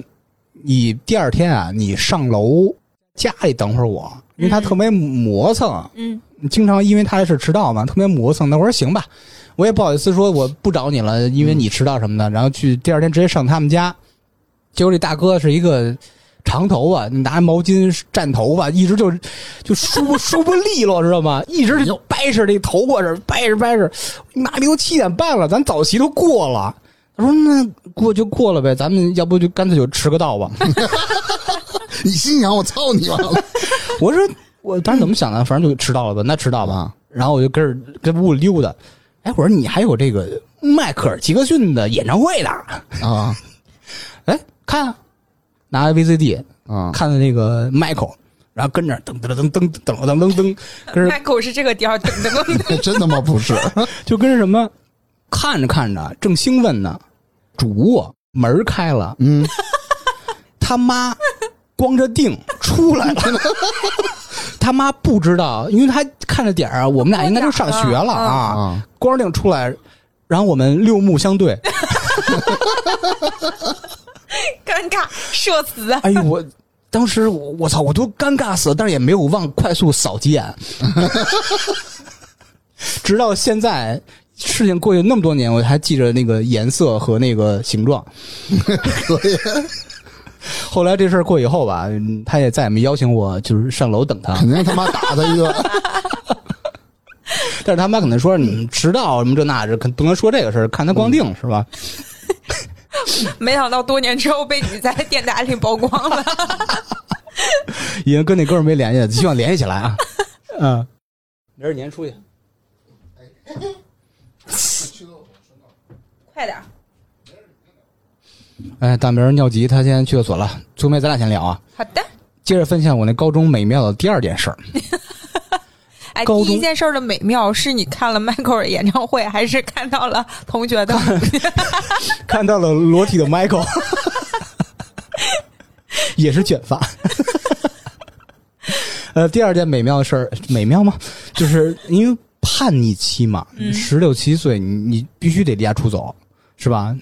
S2: 你第二天啊，你上楼家里等会儿我，因为他特别磨蹭。啊
S3: 嗯，
S2: 经常因为他是迟到嘛，特别磨蹭。那我说行吧，我也不好意思说我不找你了，因为你迟到什么的。然后去第二天直接上他们家，结果这大哥是一个长头发，拿毛巾蘸头发，一直就就梳不梳不利落，知道吗？一直就掰扯这头发这掰扯掰扯，妈逼都七点半了，咱早习都过了。他说：“那过就过了呗，咱们要不就干脆就迟个到吧。”
S1: 你心想我操你妈了，
S2: 我说我当时怎么想的，反正就迟到了吧，那迟到吧。然后我就跟着跟屋里溜达，哎，我说你还有这个迈克尔·杰克逊的演唱会呢？
S1: 啊
S2: 哎，看啊，拿 VCD
S1: 啊！
S2: 看的那个 Michael，然后跟着噔噔噔噔噔噔噔噔噔，跟着
S3: 那狗是这个调儿，噔噔噔。
S1: 真他妈不是，
S2: 就跟着什么，看着看着正兴奋呢，主卧门开了，
S1: 嗯，
S2: 他妈光着腚出来了。他妈不知道，因为他看着点儿啊，我们俩应该都上学了啊
S1: 啊，
S2: 光着腚出来，然后我们六目相对，
S3: 尴尬，社死啊！
S2: 哎呦我。当时我我操，我都尴尬死了，但是也没有忘快速扫几眼， 直到现在，事情过去那么多年，我还记着那个颜色和那个形状。
S1: 可以。
S2: 后来这事儿过以后吧，嗯他也再也没邀请我，就是上楼等他。
S1: 肯定他妈打他一顿。
S2: 但是他妈可能说你们迟到什么这那，这可不能说这个事儿，看他光腚、是吧？
S3: 没想到多年之后被你在电台里曝光 了。
S2: 已经跟那哥们儿没联系了，希望联系起来啊。 嗯，明儿年出去。
S3: 快点儿，
S2: 哎，大明儿尿急，他先去厕所了。最后面咱俩先聊啊，
S3: 好的。
S2: 接着分享我那高中美妙的第二件事儿。
S3: 哎，第
S2: 高
S3: 一
S2: 中
S3: 件事儿的美妙是你看了迈克尔演唱会，还是看到了同学 的？
S2: 看到了裸体的 Michael，也是卷发。 呃，第二件美妙的事儿，美妙吗？就是因为叛逆期嘛，十六七岁，你你必须得离家出走，是吧？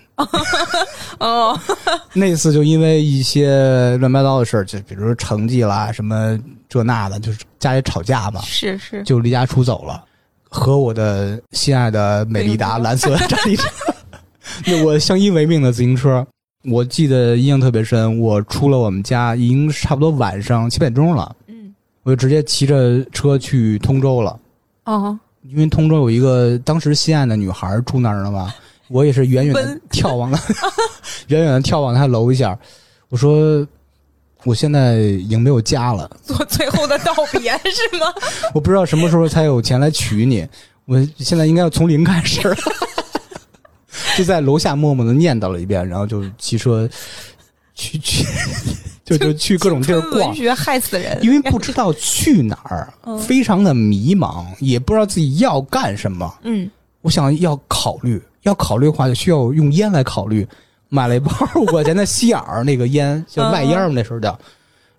S3: 哦，
S2: 那次就因为一些乱七八糟的事儿，就比如说成绩啦，什么这那的，就是家里吵架嘛，
S3: 是是，
S2: 就离家出走了，和我的心爱的美利达蓝色战地车，那我相依为命的自行车，我记得印象特别深。我出了我们家，已经差不多晚上七点钟了，
S3: 嗯，
S2: 我就直接骑着车去通州了，
S3: 哦，
S2: 因为通州有一个当时心爱的女孩住那儿了嘛。我也是远远的
S3: 温
S2: 眺望了， 远远的眺望他楼一下，我说我现在已经没有家了，
S3: 做最后的道别 是吗？
S2: 我不知道什么时候才有钱来娶你，我现在应该要从零开始了。 就在楼下默默的念叨了一遍，然后就骑车去 去，就就去各种地儿
S3: 青春
S2: 逛
S3: 文，学害死人，嗯
S2: 因为不 知道去哪儿，非常的迷茫，也不知道自己要干什么。
S3: 嗯，
S2: 我想要考虑，要考虑的话就需要用烟来考虑。买了一包 五块钱的吸眼儿那个烟，叫外烟儿嘛，那时候叫，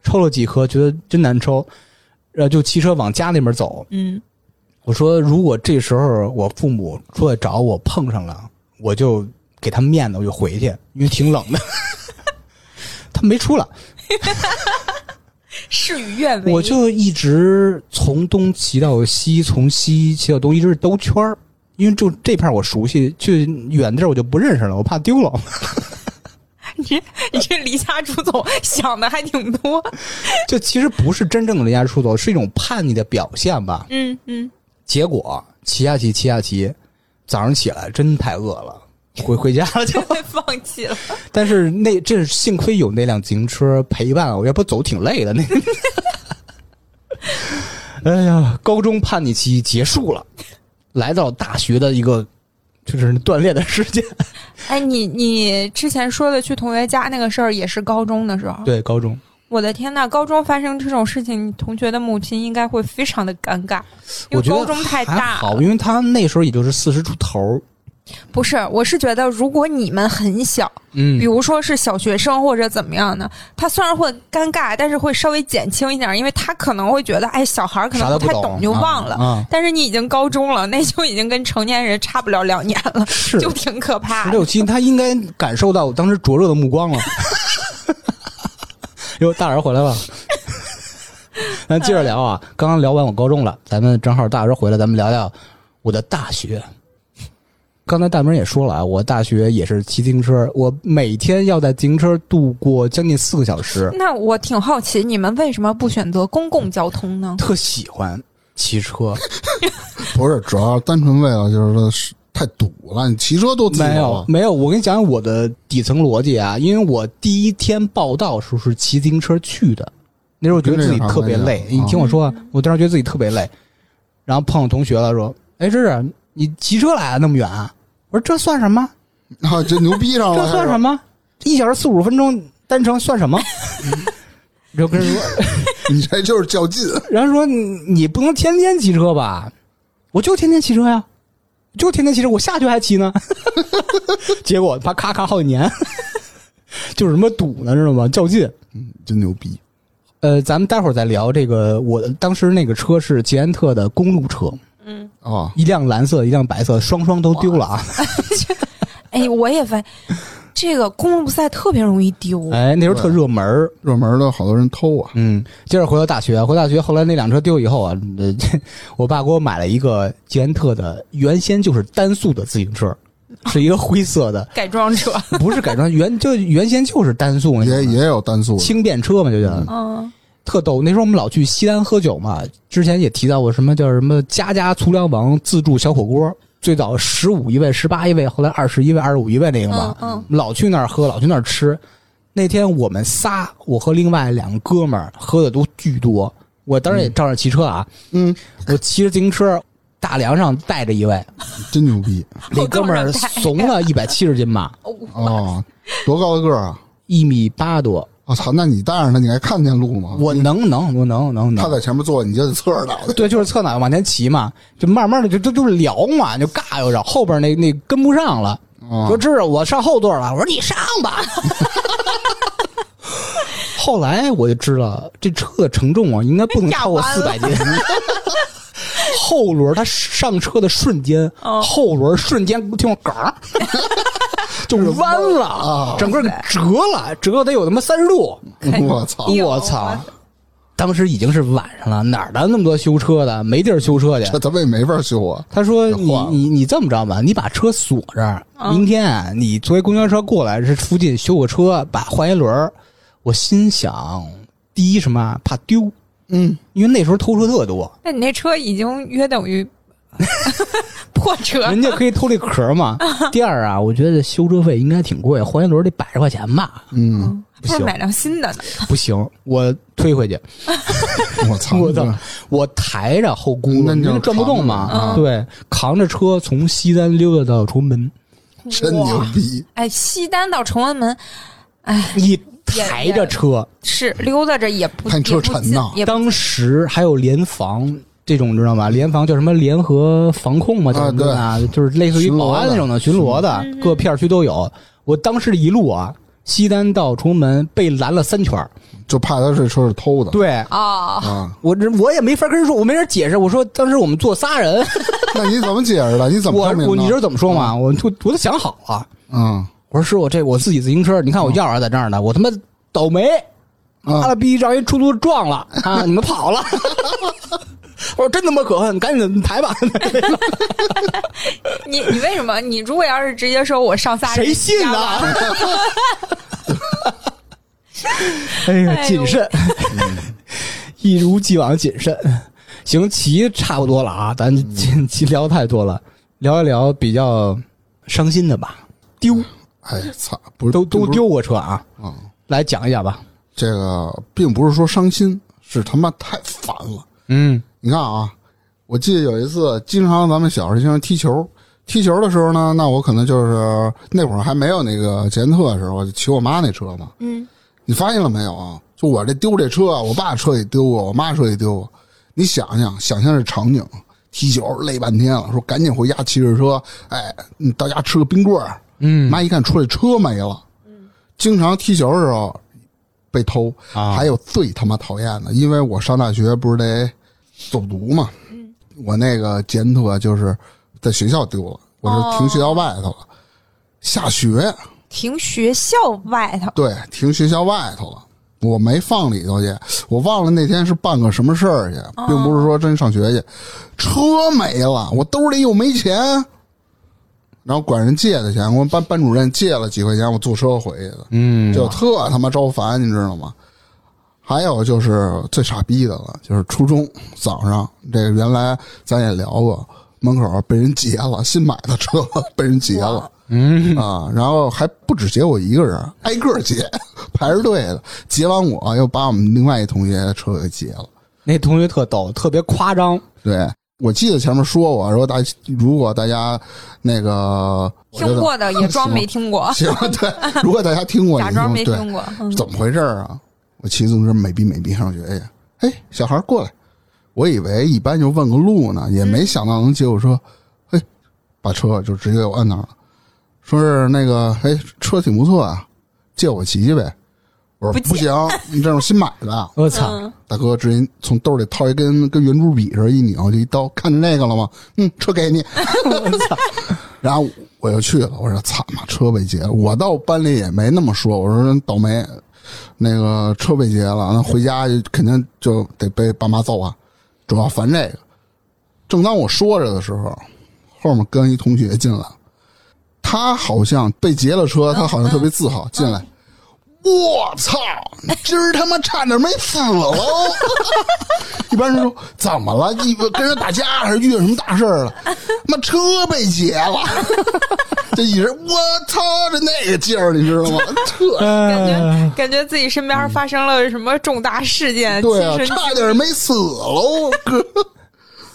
S2: 抽了几颗，觉得真难抽，然后就骑车往家那边走。
S3: 嗯，
S2: 我说，如果这时候我父母出来找我碰上了，我就给他们面子，我就回去，因为挺冷的。 他没出来，
S3: 事与愿违。
S2: 我就一直从东骑到西，从西骑到东，一直兜圈儿。因为就这片儿我熟悉，去远地儿我就不认识了，我怕丢了。
S3: 你这你 这离家出走想的还挺多，
S2: 就其实不是真正的离家出走，是一种叛逆的表现吧。
S3: 嗯嗯，
S2: 结果骑呀骑，骑呀骑，早上起来真太饿了，回回家了就。
S3: 放弃了。
S2: 但是那这是幸亏有那辆自行车陪伴我，要不走挺累的那。 哎呀，高中叛逆期结束了，来到大学的一个就是锻炼的时间。
S3: 哎，你你之前说的去同学家那个事儿也是高中的时候，
S2: 对，高中
S3: 我的天呐，高中发生这种事情，你同学的母亲应该会非常的尴尬，
S2: 我
S3: 因为
S2: 觉
S3: 高
S2: 得
S3: 中太
S2: 还
S3: 大
S2: 好，
S3: 了。
S2: 因为他那时候也就是四十出头，
S3: 不是，我是觉得如果你们很小，
S2: 嗯
S3: 比如说是小学生或者怎么样的，他虽然会尴尬，但是会稍微减轻一点，因为他可能会觉得，哎，小孩儿可
S2: 啥都
S3: 能不太
S2: 懂
S3: 就忘了。
S2: 啊啊
S3: 但是你已经高中了，那就已经跟成年人差不了两年了，
S2: 啊是
S3: 就挺可 怕
S2: 十
S3: 的。
S2: 六七，他应该感受到我当时灼热的目光了。 哟，大耳回来了。 咱接着聊啊，刚刚聊完我高中了，咱们正好大耳回来，咱们聊聊我的大学。刚才大明也说了啊，我大学也是骑自行车，我每天要在自行车度过将近四个小时，
S3: 那我挺好奇，你们为什么不选择公共交 通呢？
S2: 特喜欢骑车。
S1: 不是，主要单纯为了就是太堵了，你骑车多自由
S2: 没有
S1: 啊。
S2: 没有，我跟你讲我的底层逻辑啊，因为我第一天报道时候是骑自行车去的，那时候觉得自己特别累
S1: 跟这有啥关。系啊
S2: 你听我说，啊，我当时觉得自己特别累，然后碰上同学了，说：“哎，这是你骑车来啊，那么远啊？”我说：“这算什么？
S1: 啊，这牛逼上了，
S2: 这算什么？一小时四五十分钟单程算什么？” 就跟人说，
S1: 你这就是较劲。
S2: 然后说你你不能天天骑车吧？我就天天骑车呀，就天天骑车，我下去还骑呢。 结果他咔咔好几年，就是什么堵呢，知道吗？较劲。
S1: 真牛逼！
S2: 呃，咱们待会儿再聊这个。我当时那个车是捷安特的公路车，
S1: 啊！
S2: 一辆蓝色，一辆白色，双双都丢了啊！
S3: 哎，我也发，这个公路赛特别容易丢。
S2: 哎，那时候特热门儿
S1: 热门的好多人偷啊，
S2: 嗯，接着回到大学，回大学后来那辆车丢以后啊， 呃，我爸给我买了一个捷安特的，原先就是单速的自行车，是一个灰色的，
S3: 改装 者，
S2: 不是改装，原就原先就是单速那种
S1: 也也有单速的，
S2: 轻便车嘛，就叫、
S3: 嗯，
S2: 特逗。那时候我们老去西单喝酒嘛，之前也提到过什么叫什么家家粗粮王自助小火锅，最早十五一位、十八一位，后来二十一位、二十五一位那个嘛，
S3: 嗯嗯
S2: 老去那儿喝，老去那儿吃。那天我们仨，我和另外两个哥们儿喝的都巨多，我当时也照样骑车啊，
S1: 嗯，
S2: 我骑着自行车，大梁上带着一位，
S1: 真牛逼
S2: 那哥们儿怂了一百七十斤吧，
S1: 啊！多高的个儿啊！
S2: 一米八多，
S1: 我操，那你带上他，你还看见路吗？
S2: 我能能我能能能，
S1: 啊他在前面坐，你就得侧着脑袋。
S2: 对，就是侧脑往前骑嘛，就慢慢的就就就是聊嘛，就尬悠着，后边那那跟不上了，
S1: 啊
S2: 说这我上后座了，我说你上 吧。后来我就知道这车的承重啊，应该不能超过四百 斤。后轮它上车的瞬间，
S1: 哦
S2: 后轮瞬间听我 嘎儿，就弯了，啊，整个给折了，折了得有他妈三十度。
S1: 我操！
S2: 嗯我操！当时已经是晚上了，哪儿来那么多修车的？没地儿修车去
S1: 这。他们也没法修啊！
S2: 他说：“
S1: 这
S2: 你
S1: 晃了
S2: 你你这么着吧，你把车锁这儿，明天啊你坐一公交车过来，是附近修个车，把换一轮儿。”我心想，第一什么啊怕丢，
S1: 嗯，
S2: 因为那时候偷车特多，
S3: 那你那车已经约等于破车
S2: 人家可以偷这壳嘛。第二啊，我觉得修车费应该挺贵，换一轮得百十块钱 吧？
S1: 嗯，
S2: 不
S3: 不是
S2: 行
S3: 买辆新的呢？
S2: 不行，我推回去，
S1: 我操，
S2: 我操，我抬着后轱辘，
S1: 那你就
S2: 因为转不动
S1: 扛
S2: 嘛。
S1: 着
S2: 对，扛着车从西单溜达到崇文门，
S1: 真牛
S3: 哇！
S1: 逼！
S3: 哎，西单到崇文门
S2: 你抬着车，
S3: 是溜达着也不
S1: 看车
S3: 也不
S1: 沉
S3: 近
S1: 呐
S3: 也不
S2: 当时还有联防。这种你知道吗？联防叫什么？联合防控嘛，叫
S1: 啊
S2: 什么的啊？就是类似于
S1: 巡逻
S2: 保安那种的，巡逻的，
S3: 嗯
S2: 各片区都有。我当时一路啊，西单到崇文门被拦了三圈儿
S1: 就怕他这车是偷的。
S2: 对
S3: 哦，
S1: 啊，
S2: 我这我也没法跟人说，我没人解释。我说当时我们坐仨人，
S1: 那你怎么解释的？你怎么
S2: 我
S1: 证明
S2: 我
S1: 的？
S2: 你知道怎么说吗？我就我都想好了，
S1: 嗯
S2: 我说师傅，这我自己自行车，你看我钥匙在这儿呢，我他妈倒霉，妈
S1: 啊
S2: 了逼让一出租撞了啊！你们跑了，我说真他妈可恨，赶紧抬吧，
S3: 你你为什么？你如果要是直接说我上仨人，
S2: 谁信呢
S3: 你知道吗？？
S2: 哎
S3: 哎
S2: 呀，
S3: 呦
S2: 谨慎， 一如既往谨慎。行，棋差不多了啊，咱棋棋聊太多了，聊一聊比较伤心的吧，丢
S1: 哎操，不是
S2: 都都
S1: 不是
S2: 丢过车啊，
S1: 啊！
S2: 来讲一讲吧。
S1: 这个并不是说伤心，是他妈太烦了。
S2: 嗯，
S1: 你看啊，我记得有一次，经常咱们小时候经常踢球，踢球的时候呢，那我可能就是那会儿还没有那个捷安特的时候，我就骑我妈那车嘛。
S3: 嗯，
S1: 你发现了没有啊？就我这丢这车啊，我爸车也丢过，我妈车也丢过。你想想，想象这场景，踢球累半天了，说赶紧回家骑着车，哎，你到家吃个冰棍儿。嗯，妈一看出来车没了。经常踢球的时候被偷，
S2: 啊
S1: 还有最他妈讨厌的，因为我上大学不是得走读嘛，我那个捷安特就是在学校丢了，我是停学校外头了，下雪。
S3: 停学校外头，
S1: 对，停学校外头了。我没放里头去，我忘了那天是办个什么事儿去，并不是说真上学去。车没了，我兜里又没钱，然后管人借的钱，我班班主任借了几块钱，我坐车回去的，
S2: 嗯，
S1: 就特他妈招烦，你知道吗？还有就是最傻逼的了，就是初中早上，这个原来咱也聊过，门口被人劫了，新买的车 被人劫了，嗯啊，然后还不止劫我一个人，挨个儿劫，排着队的，劫完我又把我们另外一同学的车给劫了。
S2: 那同学特逗，特别夸张，
S1: 对，我记得前面说过，说大家如果大家那个我觉得
S3: 听过的也装没听 过，
S1: 行，对，如果大家听过，
S3: 假
S1: 也
S3: 装没
S1: 对
S3: 听过。嗯
S1: 怎么回事儿啊？我骑自行车美逼美逼上学去，哎，小孩儿过来，我以为一般就问个路呢，
S3: 嗯
S1: 也没想到能接我车，哎，把车就直接给我摁那儿了，说是那个，哎，车挺不错啊，借我骑骑呗。我说
S3: 不
S1: 不
S3: 借
S1: 行，你这是新买的。
S2: 我操，
S3: 嗯，
S1: 大哥直接从兜里掏一根跟圆珠笔似的，一拧就一刀，看见那个了吗？嗯，车给你。然后我就去了，我说操妈，车被劫了。我到班里也没那么说，我说倒霉，那个车被劫了，那回家就肯定就得被爸妈揍啊。主要烦这个。正当我说着的时候，后面跟一同学进来，他好像被劫了车，他好像特别自豪，进来。我操！今儿他妈差点没死了！一般人说怎么了？一个跟人打架还是遇到什么大事儿了？妈车被劫了！这一人我操，这那个劲儿，你知道吗？特
S2: 嗯
S3: 感觉感觉自己身边发生了什么重大事件，
S1: 嗯
S3: 亲
S1: 对啊，
S3: 身
S1: 差点没死喽，哥！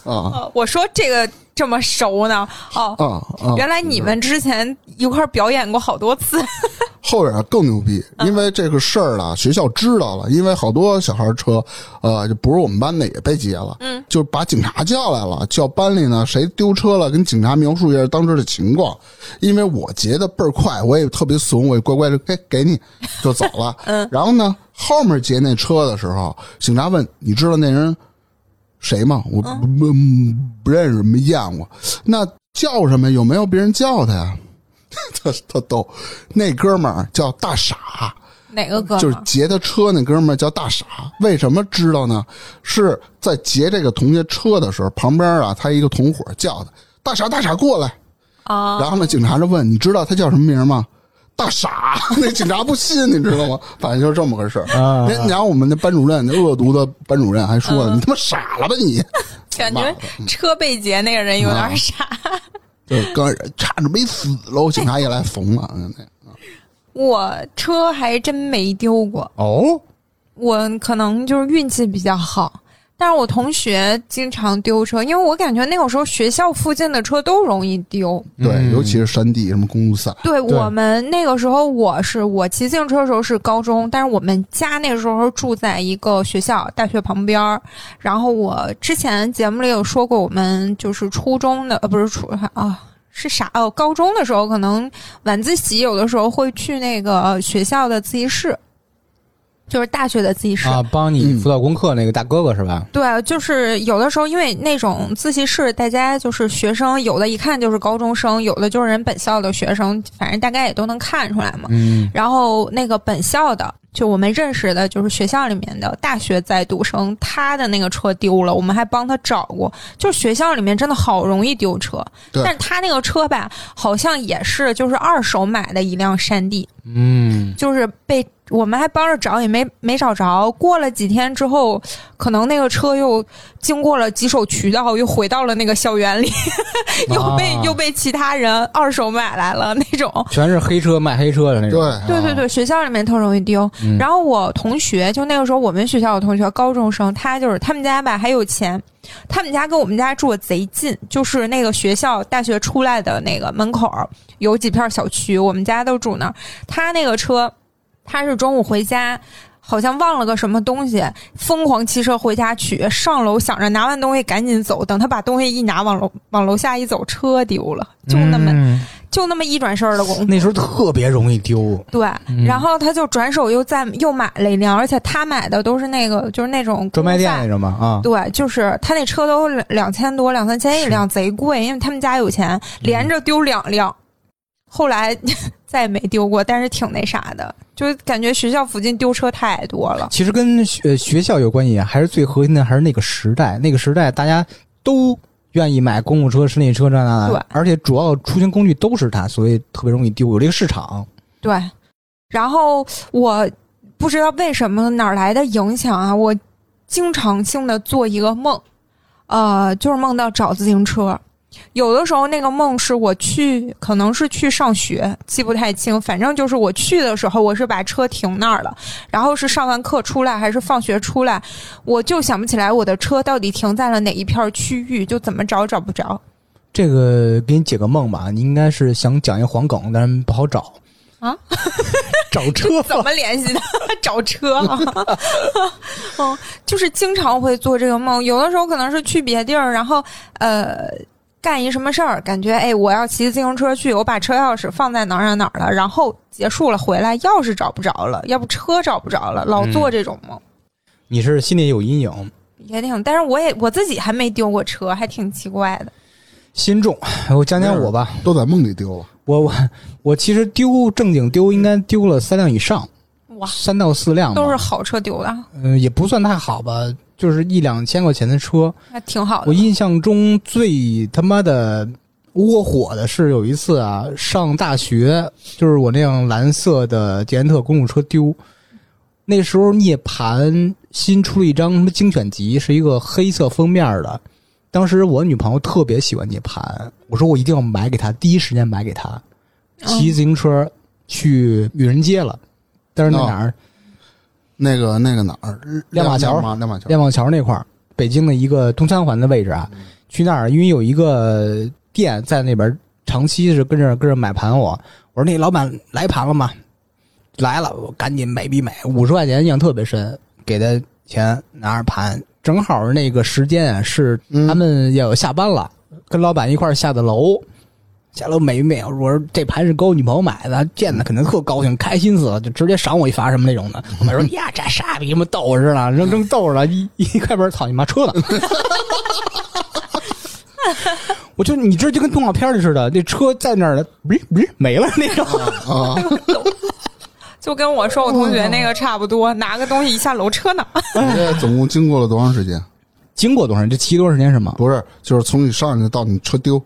S1: 啊
S3: 哦我说这个这么熟呢？哦，
S1: 啊啊！
S3: 原来你们之前一块儿表演过好多次，
S1: 后边更牛逼，因为这个事儿呢，学校知道了，因为好多小孩儿车，呃，就不是我们班的也被劫了，嗯，就把警察叫来了，叫班里呢谁丢车了，跟警察描述一下当时的情况。因为我劫的倍儿快，我也特别怂，我也乖乖的，嘿，给你就走了。 嗯，然后呢，后面劫那车的时候，警察问你知道那人谁吗？我不、不嗯不认识，没见过。那叫什么？有没有别人叫他呀？特特逗，那哥们儿叫大傻，
S3: 哪个哥
S1: 就是劫他车那哥们儿叫大傻。为什么知道呢？是在劫这个同学车的时候，旁边啊，他一个同伙叫他大傻大傻过来。
S3: 啊？
S1: 然后呢，警察就问你知道他叫什么名吗？大傻， 那警察不信，你知道吗？反正就是这么个事儿。
S2: 啊
S1: 那然后我们那班主任，那恶毒的班主任还说呢：“你他妈傻了吧你
S3: 感觉
S1: 嗯
S3: 车被劫那个人有点傻。！”
S1: 对，刚差点没死喽，警察也来缝了。嗯
S3: 我车还真没丢过，
S5: 哦，
S3: 我可能就是运气比较好。但是我同学经常丢车，因为我感觉那个时候学校附近的车都容易丢。
S1: 对，
S5: 嗯
S1: 尤其是山地，什么公路赛，
S3: 对我们那个时候，我是我骑自行车的时候是高中，但是我们家那个时候住在一个学校大学旁边儿。然后我之前节目里有说过，我们就是初中的呃不是初啊是啥哦，高中的时候可能晚自习有的时候会去那个学校的自习室，就是大学的自习室。
S2: 啊，帮你辅导功课那个大哥哥是吧？
S3: 对，啊就是有的时候，因为那种自习室，大家就是学生，有的一看就是高中生，有的就是人本校的学生，反正大概也都能看出来嘛。
S2: 嗯，
S3: 然后那个本校的，就我们认识的，就是学校里面的大学在读生，他的那个车丢了，我们还帮他找过。就是学校里面真的好容易丢车，
S1: 对
S3: 但是他那个车吧，好像也是就是二手买的一辆山地，
S2: 嗯，
S3: 就是被我们还帮着找，也没没找着。过了几天之后，可能那个车又经过了几手渠道，又回到了那个校园里， 又被、
S2: 啊
S3: 又被其他人二手买来了那种。
S2: 全是黑车卖黑车的那种。
S1: 对
S3: 对对对，学校里面特容易丢。
S2: 哦嗯
S3: 然后我同学就那个时候我们学校有同学，高中生，他就是他们家吧还有钱，他们家跟我们家住的贼近，就是那个学校大学出来的那个门口儿有几片小区，我们家都住那儿。他那个车，他是中午回家。好像忘了个什么东西，疯狂骑车回家取，上楼想着拿完东西赶紧走，等他把东西一拿往楼往楼下一走，车丢了，就那么、嗯
S2: 嗯
S3: 就那么一转身儿的功夫。
S2: 那时候特别容易丢。
S3: 对，
S2: 嗯
S3: 然后他就转手又再又买了一辆，而且他买的都是那个就是那种
S2: 专卖店
S3: 公
S2: 那
S3: 仔。
S2: 种嘛啊，
S3: 对，就是他那车都两两千多、两三千一辆，贼贵，因为他们家
S2: 嗯
S3: 有钱，连着丢两辆，后来 再也没丢过，但是挺那啥的，就感觉学校附近丢车太多了。
S2: 其实跟学呃学校有关系，还是最核心的还是那个时代。那个时代大家都愿意买公共车、室内车这那
S3: 对
S2: 的，而且主要出行工具都是它，所以特别容易丢。有这个市场，
S3: 对，然后我不知道为什么哪儿来的影响啊，我经常性的做一个梦，呃，就是梦到找自行车。有的时候那个梦是我去，可能是去上学，记不太清。反正就是我去的时候，我是把车停那儿了，然后是上完课出来还是放学出来，我就想不起来我的车到底停在了哪一片区域，就怎么找找不着
S2: 这个给你解个梦吧。你应该是想讲一黄梗，但是不好找
S3: 啊，
S2: 找车
S3: 怎么联系的？ 找车、啊，嗯，就是经常会做这个梦，有的时候可能是去别地儿，然后呃干一什么事儿，感觉哎我要骑自行车去，我把车钥匙放在哪儿哪儿哪儿了，然后结束了回来钥匙找不着了，要不车找不着了，老做这种梦、
S2: 你是心里有阴影，
S3: 也挺，但是我也我自己还没丢过车，还挺奇怪的。
S2: 心重。我讲讲我
S3: 嗯
S2: 吧，
S1: 都在梦里丢了。
S2: 我我我其实丢正经丢，应该丢了三辆以上，
S3: 哇，
S2: 三到四辆吧
S3: 都是好车丢的，
S2: 嗯、也不算太好吧，就是一两千块钱的车。
S3: 还挺好
S2: 我
S3: 的。
S2: 印象中最他妈的窝火的是有一次啊，上大学，就是我那辆蓝色的捷安特公路车丢。那时候涅盘新出了一张什么精选集，是一个黑色封面的。当时我女朋友特别喜欢涅盘，我说我一定要买给她，第一时间买给她。骑自行车去愚人街了，但
S3: 哦
S2: 是那哪儿？
S1: 那个那个哪儿，
S2: 亮马桥
S1: 亮马桥，
S2: 亮马桥那块儿，北京的一个东三环的位置啊，去那儿，因为有一个店在那边儿，长期是跟着跟着买盘我。我说那老板来盘了吗？来了，我赶紧买必买，五十块钱印象特别深，给他钱拿着盘，正好那个时间啊是他们要下班了，跟老板一块儿下的楼。下楼美美，我说这盘是给我女朋友买的，见的肯定特高兴，开心死了，就直接赏我一发什么那种 的。我妈说呀，这傻逼什么逗我似的，扔扔逗着了，一一 开门，操你妈车呢！我就你这就跟动画片里似的，那车在那儿了，不是不是没了那种。
S1: 啊，
S3: 就跟我说我同学那个差不多，拿个东西一下楼车呢。
S1: 你这哎总共经过了多长时间？
S2: 经过多少人？这骑多长时间是吗？
S1: 不是，就是从你上去到你车丢，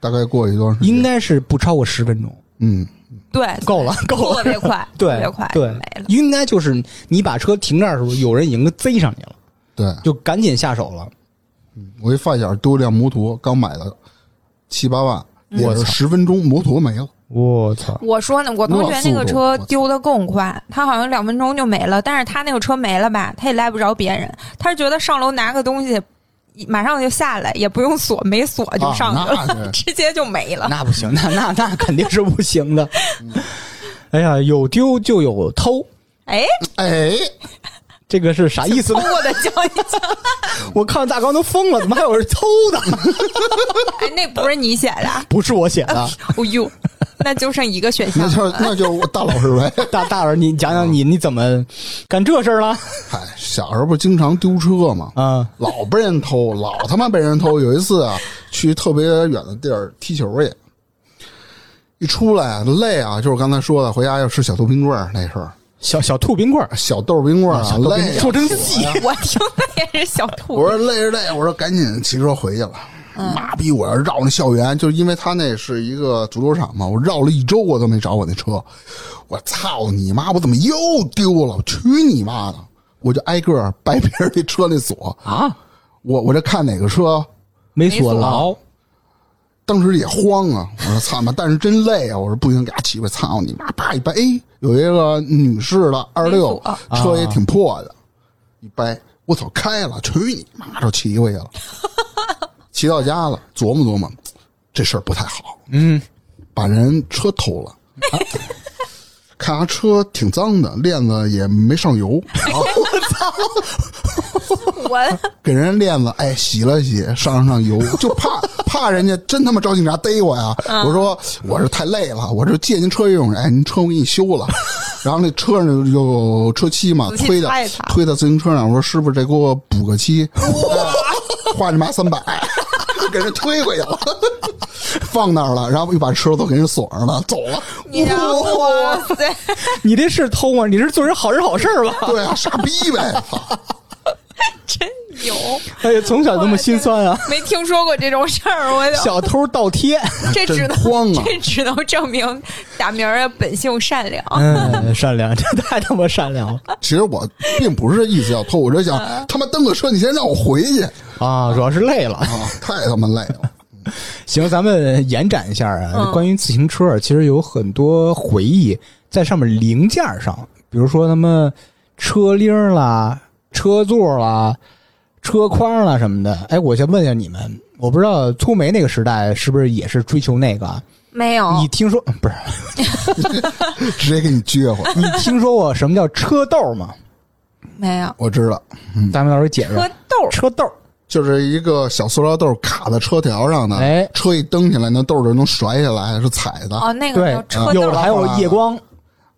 S1: 大概过去多长时间？
S2: 应该是不超过十分钟。
S1: 嗯，
S3: 对，
S2: 够了，够了
S3: 特，别快，
S2: 对
S3: 特别快，
S2: 对
S3: 没了。
S2: 应该就是你把车停这儿的时候，有人已经贼上你了，
S1: 对
S2: 就赶紧下手了。
S1: 我一发小丢辆摩托，刚买的七八万，也
S2: 我
S1: 是
S2: 操
S1: 十分钟摩托没了。
S5: 我操！
S3: 我说呢，我同学那个车丢的更快，他好像两分钟就没了，但是他那个车没了吧，他也赖不着别人，他是觉得上楼拿个东西，马上就下来，也不用锁，没锁就上去了，
S1: 啊那是
S3: 直接就没了。
S2: 那不行，那那那肯定是不行的。 哎呀，有丢就有偷，
S3: 哎，
S1: 哎，
S2: 这个是啥意思
S3: 偷
S2: 呢？
S3: 过的交一交，
S2: 我看大纲都疯了，怎么还有人偷的？
S3: 哎，那不是你写的啊，
S2: 不是我写 的，
S3: 哦呦，那就剩一个选项
S1: 那
S3: 了。
S1: 就那就我大老实呗。
S2: 大大儿，你讲讲你你怎么干这事 儿了？
S1: 嗨，哎小时候不经常丢车嘛，
S2: 啊，
S1: 老被人偷，老他妈被人偷。有一次啊，去特别远的地儿踢球去，一出来累啊，就是刚才说的，回家要吃小豆冰棍儿那事儿，
S2: 小小兔冰棍儿，
S1: 小豆冰棍儿
S2: 小
S1: 啊，
S2: 豆冰
S1: 累啊
S2: 说真细，
S3: 我听的也是小兔
S1: 我，说累是累，我说赶紧骑车回去了。妈逼！我要绕那校园，就是因为他那是一个足球场嘛，我绕了一周我都没找我那车。我操你妈！我怎么又丢了？我去你妈的！我就挨个儿掰别人那车那锁
S2: 啊！
S1: 我我这看哪个车，
S2: 没
S3: 锁
S2: 锁牢，
S1: 当时也慌啊！我说操你妈！但是真累啊！我说不行，给他骑吧！操你妈！叭一掰，哎，有一个女士的二六
S3: 没
S1: 车也挺破的，一掰，我操，开了！去你妈！就骑回去了。骑到家了，琢磨琢磨，这事儿不太好。嗯，把人车偷了，啊 看他车挺脏的，链子也没上油，
S3: 我
S1: 给人链子哎洗了洗，上上油，就怕怕人家真他妈找警察逮我呀！
S3: 嗯
S1: 我说我是太累了，我这借您车用，哎，您车我给你修了。 然后那车上有车漆嘛，
S3: 仔细
S1: 推的
S3: 擦一擦
S1: 推到自行车上，我说师傅这给我补个漆，花你妈三百，给人推回去了，放那儿了，然后又把车都给人锁上了，走了。
S3: 你让我塞，
S2: 你这是偷啊吗？你是做人好人好事儿吧？
S1: 对啊，傻逼呗！操
S3: 真有，
S2: 哎呀，从小这么心 酸啊！
S3: 没听说过这种事儿，我就
S2: 小偷倒 贴，
S3: 这只
S1: 真
S3: 能
S1: 慌啊！
S3: 这只能证明大明儿啊本性善良。
S2: 嗯，善良，这太他妈善良了
S1: 其实我并不是意思要偷，我就想
S3: 嗯
S1: 他妈蹬个车，你先让我回去。
S2: 啊！主要是累了。
S1: 啊，太他妈累了。
S2: 行，咱们 延展一下啊，
S3: 嗯
S2: 关于自行车，啊其实有很多回忆在上面零件上，比如说他们车铃儿啦、车座啦、车筐啦什么的。哎，我先问一下你们，我不知道粗眉那个时代是不是也是追求那个啊？
S3: 没有，
S2: 你听说不是？
S1: 直接给你撅 回来。
S2: 你听说过什么叫车豆吗？
S3: 没有
S1: 我知道，
S2: 咱们到时候解释
S3: 喝。豆儿，
S2: 车豆，
S1: 就是一个小塑料豆卡在车条上的，
S2: 哎
S1: 车一蹬起来，那豆儿就能甩起来，是踩的、
S3: 哦，那个
S2: 对嗯
S3: 叫车，豆
S2: 有的
S3: 儿，
S2: 还有夜光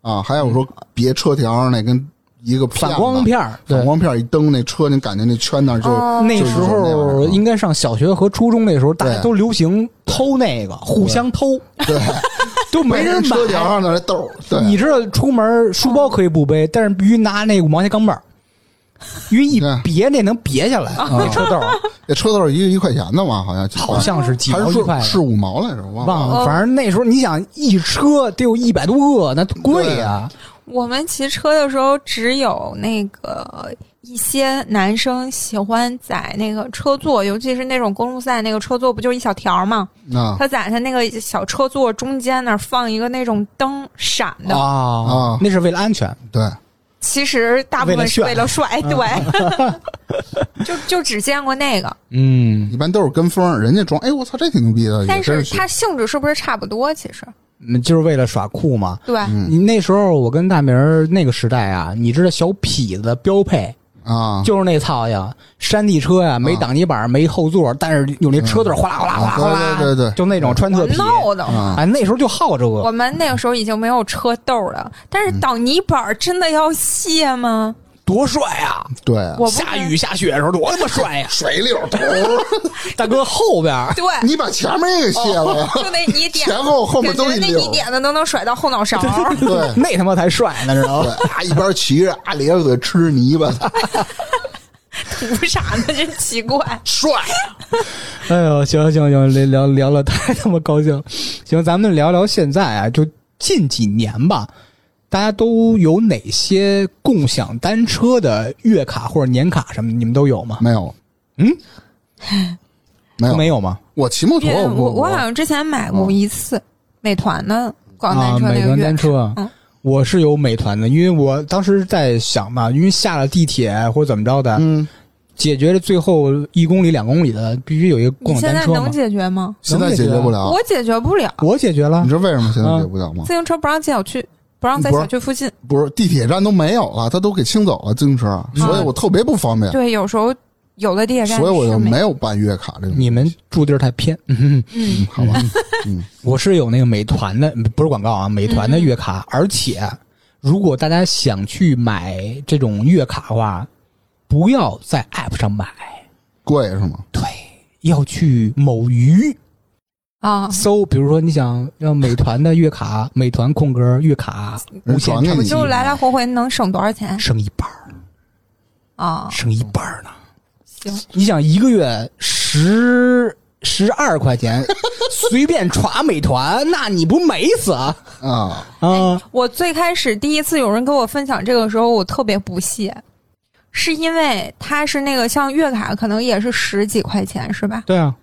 S1: 啊。还有说别车条上那跟一个
S2: 反光
S1: 片
S2: 片
S1: 儿，
S2: 儿，对
S1: 反，光片儿一蹬，那车你感觉那圈那儿就、
S3: 哦
S2: 那时
S1: 就是那玩意
S2: 候
S1: 儿
S2: 应该上小学和初中那时候，大家
S1: 对
S2: 都流行偷那个，互相 偷，
S1: 对，
S2: 都 没人买
S1: 车。条上的那豆儿，对，
S2: 你知道，出门书包可以不背，但是必须拿那五毛钱钢镚 儿，因为一
S1: 对
S2: 别那能别下来。那车豆儿
S1: 那车豆儿一个一块钱的嘛，好像
S2: 好像是几
S1: 还
S2: 毛
S1: 是
S2: 一块
S1: 说，是五毛来着，忘
S2: 忘
S3: 哦
S2: 了。反正那时候你想一车得有一百多个，那贵呀。
S3: 我们骑车的时候，只有那个一些男生喜欢在那个车座，尤其是那种公路赛，那个车座不就是一小条儿吗？
S1: 啊
S3: 他在他那个小车座中间那儿放一个那种灯闪的，
S2: 啊
S1: 啊
S2: 那是为了安全。
S1: 对，
S3: 其实大部分是
S2: 为
S3: 为
S2: 了嗯
S3: 了帅，对， 就就只见过那个，
S2: 嗯，
S1: 一般都是跟风儿，人家装，哎，我操，这挺牛逼的，
S3: 但
S1: 也真
S3: 是
S1: 是
S3: 它性质是不是差不多？其实
S2: 就是为了耍酷嘛。
S3: 对，
S1: 嗯
S2: 你那时候我跟大明儿那个时代啊，你知道小痞子的标配
S1: 啊，
S2: 就是那操呀，山地车呀，没挡泥板，没后座，但是有那车子哗啦哗啦哗啦哗啦，
S1: 啊对对对对
S2: 就那种穿特皮。
S3: 闹的。
S2: 哎，那时候就好这
S3: 我
S2: 个，
S3: 们那个时候已经没有车斗了，但是挡泥板儿真的要卸吗？
S2: 多帅啊！
S1: 对，！
S3: 我不
S2: 下
S3: 是
S2: 雨下雪的时候多他妈帅啊呀
S1: 水溜头儿，
S2: 大哥后边儿
S3: 对，
S1: 你把前面也给卸了
S2: 哦
S1: 呀，
S3: 就那你点
S1: 前后后面都一
S3: 感觉
S1: 溜
S3: 那你点的都能甩到后脑勺。
S1: 对
S2: 那他妈才帅呢，知道
S1: 对
S2: 吗？，
S1: 啊，一边骑着，啊，咧着嘴吃泥巴，
S3: 图啥呢？真奇怪。
S1: 帅。
S2: 哎呦，行行行，聊聊聊了，太他妈高兴了。行，咱们聊聊现在啊，就近几年吧，大家都有哪些共享单车的月卡或者年卡什么的？你们都有吗？
S1: 没有，
S2: 嗯，
S1: 没有，
S2: 没有吗？
S1: 我骑摩托，
S3: 我
S1: 我
S3: 我好像之前买过一次美团的广
S2: 啊，
S3: 单车
S2: 美
S3: 那个
S2: 团
S3: 月
S2: 单车啊，
S3: 嗯
S2: 我是有美团的，因为我当时在想嘛，因为下了地铁或者怎么着的，
S1: 嗯，
S2: 解决了最后一公里、两公里的，必须有一个
S3: 你
S2: 共享
S3: 现
S2: 单
S3: 在
S2: 车
S3: 能
S2: 嘛。
S3: 解决吗？
S1: 现在解决不了。
S3: 我解决不了，
S2: 我解决了
S1: 你，知道为什么现在解决不了吗？
S3: 自行车不让进小区，不让在
S1: 不是
S3: 小区附近。
S1: 不是地铁站都没有了，他都给清走了自行车，所以我特别不方便，
S3: 对，有时候有的地铁站
S1: 所以我
S3: 是
S1: 就没有办月卡这种。
S2: 你们住地儿太偏。
S3: 嗯
S1: 好 吧，
S2: 我是有那个美团的，不是广告啊，美团的月卡，
S3: 嗯
S2: 而且如果大家想去买这种月卡的话，不要在 App 上买，
S1: 贵是吗？
S2: 对，要去某鱼
S3: 啊，
S2: 搜，比如说你想要美团的月卡，美团空格月卡无限
S1: 转给
S2: 畅
S1: 你
S2: 记
S3: 就来来回回能省多少钱
S2: 剩一半儿，
S3: 啊？
S2: 剩一半儿呢。
S3: 行，
S2: 你想一个月十十二块 钱，随便刷美团，那你不美死啊？
S1: 啊，
S2: 啊，
S3: 我最开始第一次有人跟我分享这个时候，我特别不屑，是因为它是那个像月卡，可能也是十几块钱是吧？
S2: 对啊，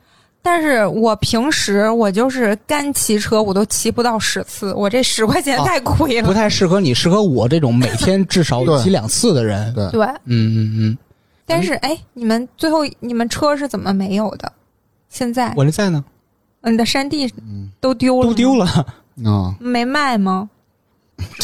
S3: 但是我平时我就是干骑车，我都骑不到十次，我这十块钱
S2: 啊
S3: 太亏了。
S2: 不太适合你，适合我这种每天至少
S1: 对
S2: 骑两次的人。
S1: 对
S3: 对，
S2: 嗯嗯
S3: 但是哎，你们最后你们车是怎么没有的？现在
S2: 嗯，我这嗯在呢，
S3: 呃你的山地都丢了，
S2: 都丢，了。
S1: 啊，
S3: 没 卖吗？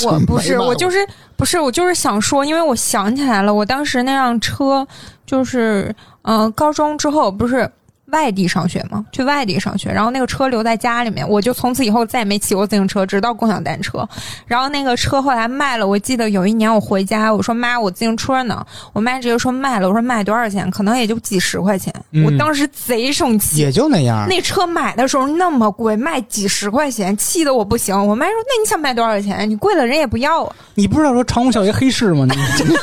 S3: 我不
S1: 没
S3: 是，
S1: 卖
S3: 我就是不是，我就是想说，因为我想起来了，我当时那辆车就是，嗯、高中之后不是外地上学嘛，去外地上学，然后那个车留在家里面，我就从此以后再也没骑过自行车，直到共享单车。然后那个车后来卖了，我记得有一年我回家，我说妈，我自行车呢？我妈直接说卖了，我说卖多少钱？可能也就几十块钱，
S2: 嗯
S3: 我当时贼生气，
S2: 也就那样。
S3: 那车买的时候那么贵，卖几十块钱，气得我不行。我妈说：“那你想卖多少钱？你贵了人也不要啊。
S2: 你不知道说长虹小学黑市吗？你真的”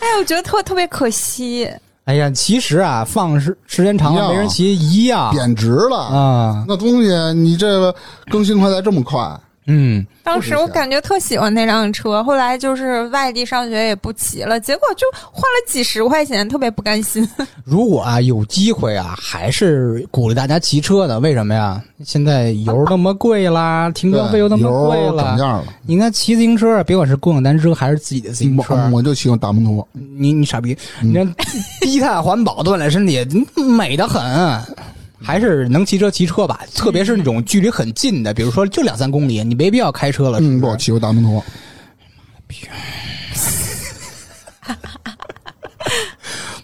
S3: 哎，我觉得特特别可惜。
S2: 哎呀，其实啊，放时时间长
S1: 一样
S2: 了
S1: 啊
S2: 没人骑一样
S1: 贬值了。
S2: 啊。
S1: 那东西你这个更新换代这么快，
S2: 嗯，
S3: 当时我感觉特喜欢那辆车，后来就是外地上学也不骑了，结果就花了几十块钱，特别不甘心。
S2: 如果啊有机会啊，还是鼓励大家骑车的。为什么呀？现在油那么贵啦，停
S1: 对
S2: 车嗯费又那么贵
S1: 油啊涨
S2: 了。
S1: 价了。
S2: 你应该骑自行车啊，别管是共享单车还是自己的自行车，嗯
S1: 我我就喜欢大摩托，
S2: 你你傻逼，你
S1: 嗯
S2: 这 低碳环保锻炼身体，你美得很。啊还是能骑车骑车
S1: 嗯
S2: 吧，特别是那种距离很近的，比如说就两三公里，你没必要开车了。
S1: 嗯，
S2: 是
S1: 不，
S2: 是
S1: 我骑过大摩托，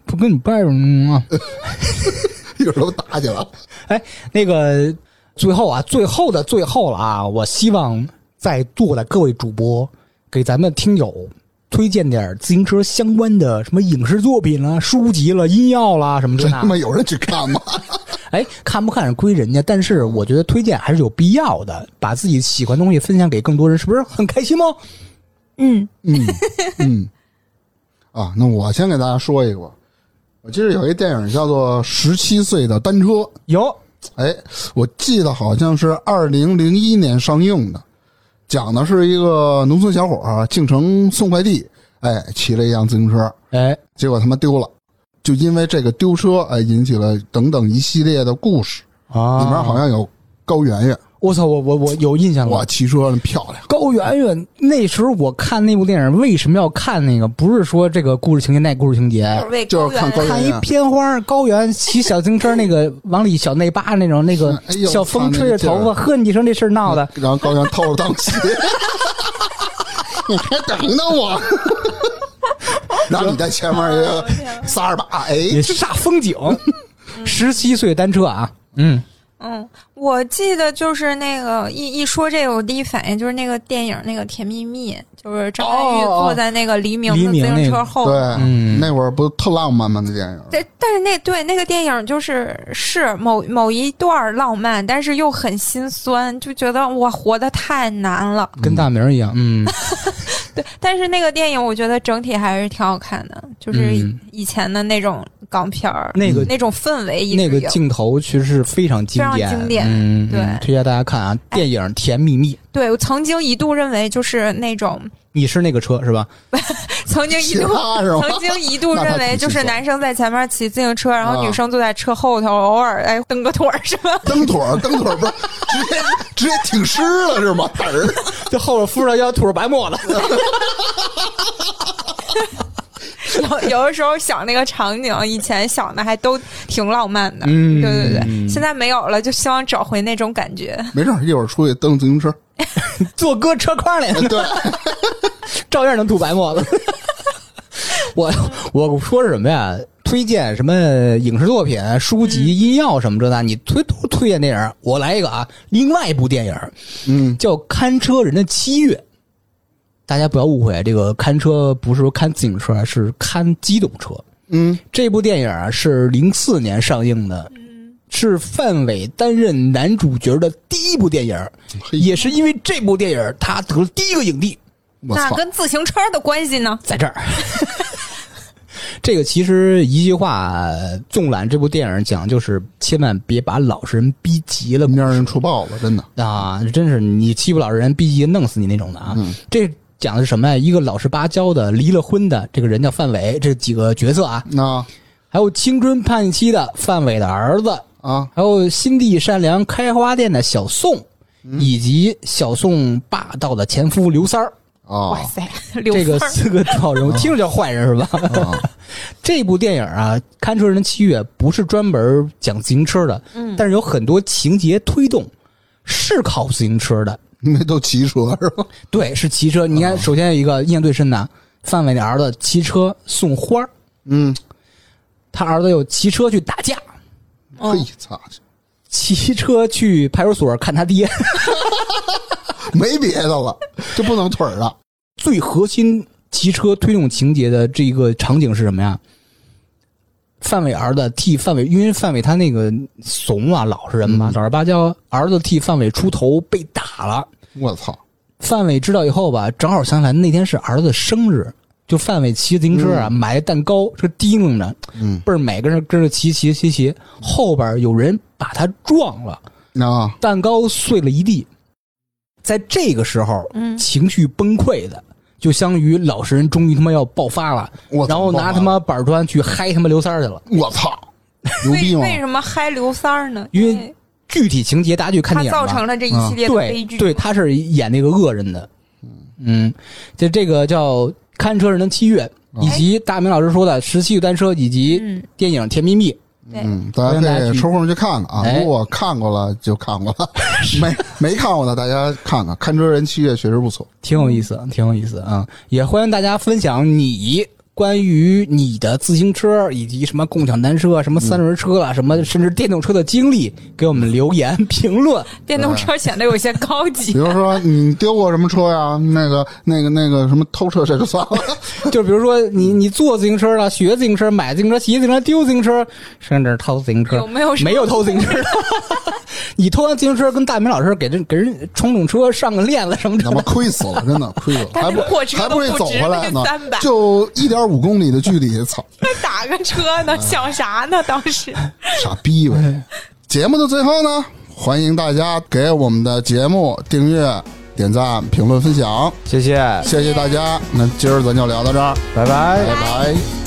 S2: 不跟你拜嗯啊。
S1: 一会儿都打起来了。
S2: 哎，那个最后啊，最后的最后了啊，我希望在座的各位主播给咱们听友推荐点自行车相关的什么影视作品啦、书籍了、音药啦什么
S1: 真啊
S2: 的。
S1: 他妈有人去看 吗？
S2: 哎，看不看是归人家，但是我觉得推荐还是有必要的，把自己喜欢的东西分享给更多人，是不是很开心吗？
S3: 嗯，
S1: 嗯嗯，啊，那我先给大家说一个吧。我记得有一电影叫做《十七岁的单车》，
S2: 有，
S1: 哎，我记得好像是二零零一年上映的，讲的是一个农村小伙儿啊进城送快递，哎，骑了一辆自行车，
S2: 哎，
S1: 结果他妈丢了，就因为这个丢车，哎，引起了等等一系列的故事。
S2: 啊
S1: 里面好像有高圆圆，
S2: 我操，我我我有印象
S1: 哇，
S2: 了。
S1: 骑车漂亮，
S2: 高圆圆那时候我看那部电影，为什么要看那个？不是说这个故事情节那故事情节，
S3: 为
S1: 就是看高
S2: 看
S1: 圆
S2: 一
S1: 圆。
S2: 片花儿，高原骑小自行车那个往里小内八那种，那个
S1: 哎呦
S2: 小风吹着头发，呵，你说那事儿闹的，
S1: 然后高原偷了当鞋，你还等等 我。然后你在前面一个三二八，哎
S2: 也，煞风景。十七岁单车啊，嗯，
S3: 嗯，我记得就是那个一一说这个，我第一反应就是那个电影那个《甜蜜蜜》，就是张曼玉
S2: 哦哦
S3: 坐在那个黎明
S2: 黎
S3: 的自
S2: 明那个
S3: 行车后
S1: 对，
S2: 嗯
S1: 那会儿不是特浪漫吗？那电影，
S3: 但但是那对那个电影就是是某某一段浪漫，但是又很心酸，就觉得我活得太难了。
S2: 跟大明儿一样，嗯，
S3: 但是那个电影我觉得整体还是挺好看的，就是
S2: 嗯
S3: 以前的那种港片儿，
S2: 那个
S3: 那种氛围一直
S2: 那个
S3: 有。
S2: 镜头其实是非常经
S3: 非
S2: 典，
S3: 常经典
S2: 嗯，
S3: 对哎
S2: 嗯推荐大家看啊，电影《甜蜜蜜》，
S3: 对我曾经一度认为就是那种，
S2: 你是那个车是吧？
S3: 曾经一
S1: 奇
S3: 度
S1: 葩是吧？
S3: 曾经 一度
S1: 那他
S3: 认为
S1: 挺
S3: 就是
S1: 心酸
S3: 男生在前面骑自行车，然后
S1: 啊
S3: 女生坐在车后头，偶尔哎蹬个腿儿什么。
S1: 蹬腿 儿，蹬腿儿不是直接直接挺尸了是吗？打人
S2: 这后边扶着要吐着白沫子，
S3: 有有的时候想那个场景，以前想的还都挺浪漫的，
S2: 嗯
S3: 对对对，现在没有了，就希望找回那种感觉。
S1: 没事儿，一会儿出去蹬自行车。
S2: 坐搁车筐里
S1: 哎对，
S2: 照样能吐白沫 子。我我说是什么呀？推荐什么影视作品、书
S1: 嗯
S2: 籍、音药什么这那？你推都推荐电影，我来一个啊！另外一部电影
S1: 嗯，
S2: 叫《看车人的七月》，大家不要误会，这个看车不是说看自行车，啊是看机动车。
S1: 嗯，
S2: 这部电影啊是零四年上映的，
S1: 嗯
S2: 是范伟担任男主角的第一部电影，
S1: 嘿
S2: 也是因为这部电影他得了第一个影帝，
S1: 我
S3: 那
S1: 操，
S3: 跟自行车的关系呢？
S2: 在这儿。 这个其实一句话纵览这部电影讲，就是千万别把老实人逼急了
S1: 明儿人出豹子，真的。
S2: 啊！真是你欺负老实人，逼急弄死你那种的啊！这讲的是什么呀？一个老实巴交的离了婚的这个人叫范伟，这几个角色啊，
S1: 那
S2: 还有青春叛逆期的范伟的儿子
S1: 啊，
S2: 还有心地善良开花店的小宋，以及小宋霸道的前夫刘三儿，
S1: 啊
S3: 哇塞，刘
S2: 哦这个
S3: 三儿
S2: 四个主要人物，听着叫坏人是吧？
S1: 啊，
S2: 这部电影啊，《看车人的七月》不是专门讲自行车的，但是有很多情节推动是靠自行车的，
S1: 那都骑车是吧？
S2: 对，是骑车。你看，首先有一个印象最深的，范伟的儿子骑车送花儿
S1: 嗯，
S2: 他儿子又骑车去打架，
S1: 嗯
S3: 哦
S1: 嘿，操，
S2: 骑车去派出所看他爹。
S1: 没别的了，就不能腿儿了。
S2: 最核心骑车推动情节的这个场景是什么呀？范伟儿子替范伟，因为范伟他那个怂啊，老实人嘛，老实巴交，儿子替范伟出头被打了。
S1: 我操，
S2: 范伟知道以后吧，正好想起来那天是儿子生日，就范伟骑自行车啊，买了蛋糕，这提楞着，
S1: 嗯
S2: 倍儿美，跟着跟着骑骑骑骑，后边有人把他撞了，
S1: 啊，
S2: 蛋糕碎了一地。在这个时候，
S3: 嗯
S2: 情绪崩溃的，就相当于老实人终于他妈要爆发了，
S1: 我操
S2: 然后拿他妈板砖去嗨他妈刘三儿去了。
S1: 我 操，牛逼
S3: 为
S1: 吗？
S3: 为什么嗨刘三儿呢？
S2: 因为具体情节大家去看
S3: 他
S2: 电影吧。
S3: 造成了这一系列的悲
S2: 对
S3: 剧。
S2: 对，他是演那个恶人的。嗯，就这个叫《看车人的七月》，以及大明老师说的《十七个单车》，以及
S3: 哎嗯，
S2: 电影《甜蜜蜜》。
S3: 对，
S1: 嗯，大家可以抽空去看看啊。
S2: 哎
S1: 如果看过了就看过 了，没没看过的大家看看。看车人七月确实不错，
S2: 挺有意思，挺有意思啊、也欢迎大家分享你关于你的自行车以及什么共享单车啊、什么三轮车啊、什么甚至电动车的经历，给我们留言评论。
S3: 电动车显得有些高级
S1: 比。
S2: 嗯
S1: 如说你丢过什么车呀？那个、那个、那个什么偷车，这就算 了。
S2: 就比如说你你坐自行车了，学自行车、买自行车、骑自行车、丢自行车，甚至偷自行车，
S3: 有没有什么
S2: 没有偷自行车的？你偷完自行车，跟大明老师给人给人冲冲车、上个链子什么
S1: 他
S2: 的
S1: 妈，亏死了，真的亏了，
S3: 他
S1: 还
S3: 那
S1: 不
S3: 破车
S1: 还
S3: 都
S1: 不会
S3: 不
S1: 走
S3: 值
S1: 回来呢
S3: 那300，
S1: 就一点五公里的距离，操，
S3: 打个车
S2: 嗯
S3: 呢，想啥呢？当时
S1: 傻逼
S3: 哎
S1: 呗！节目的最后呢，欢迎大家给我们的节目订阅、点赞、评论、分享，
S5: 谢谢，
S1: 谢谢大家。那今儿咱就聊到这儿，
S5: 拜拜
S1: 拜拜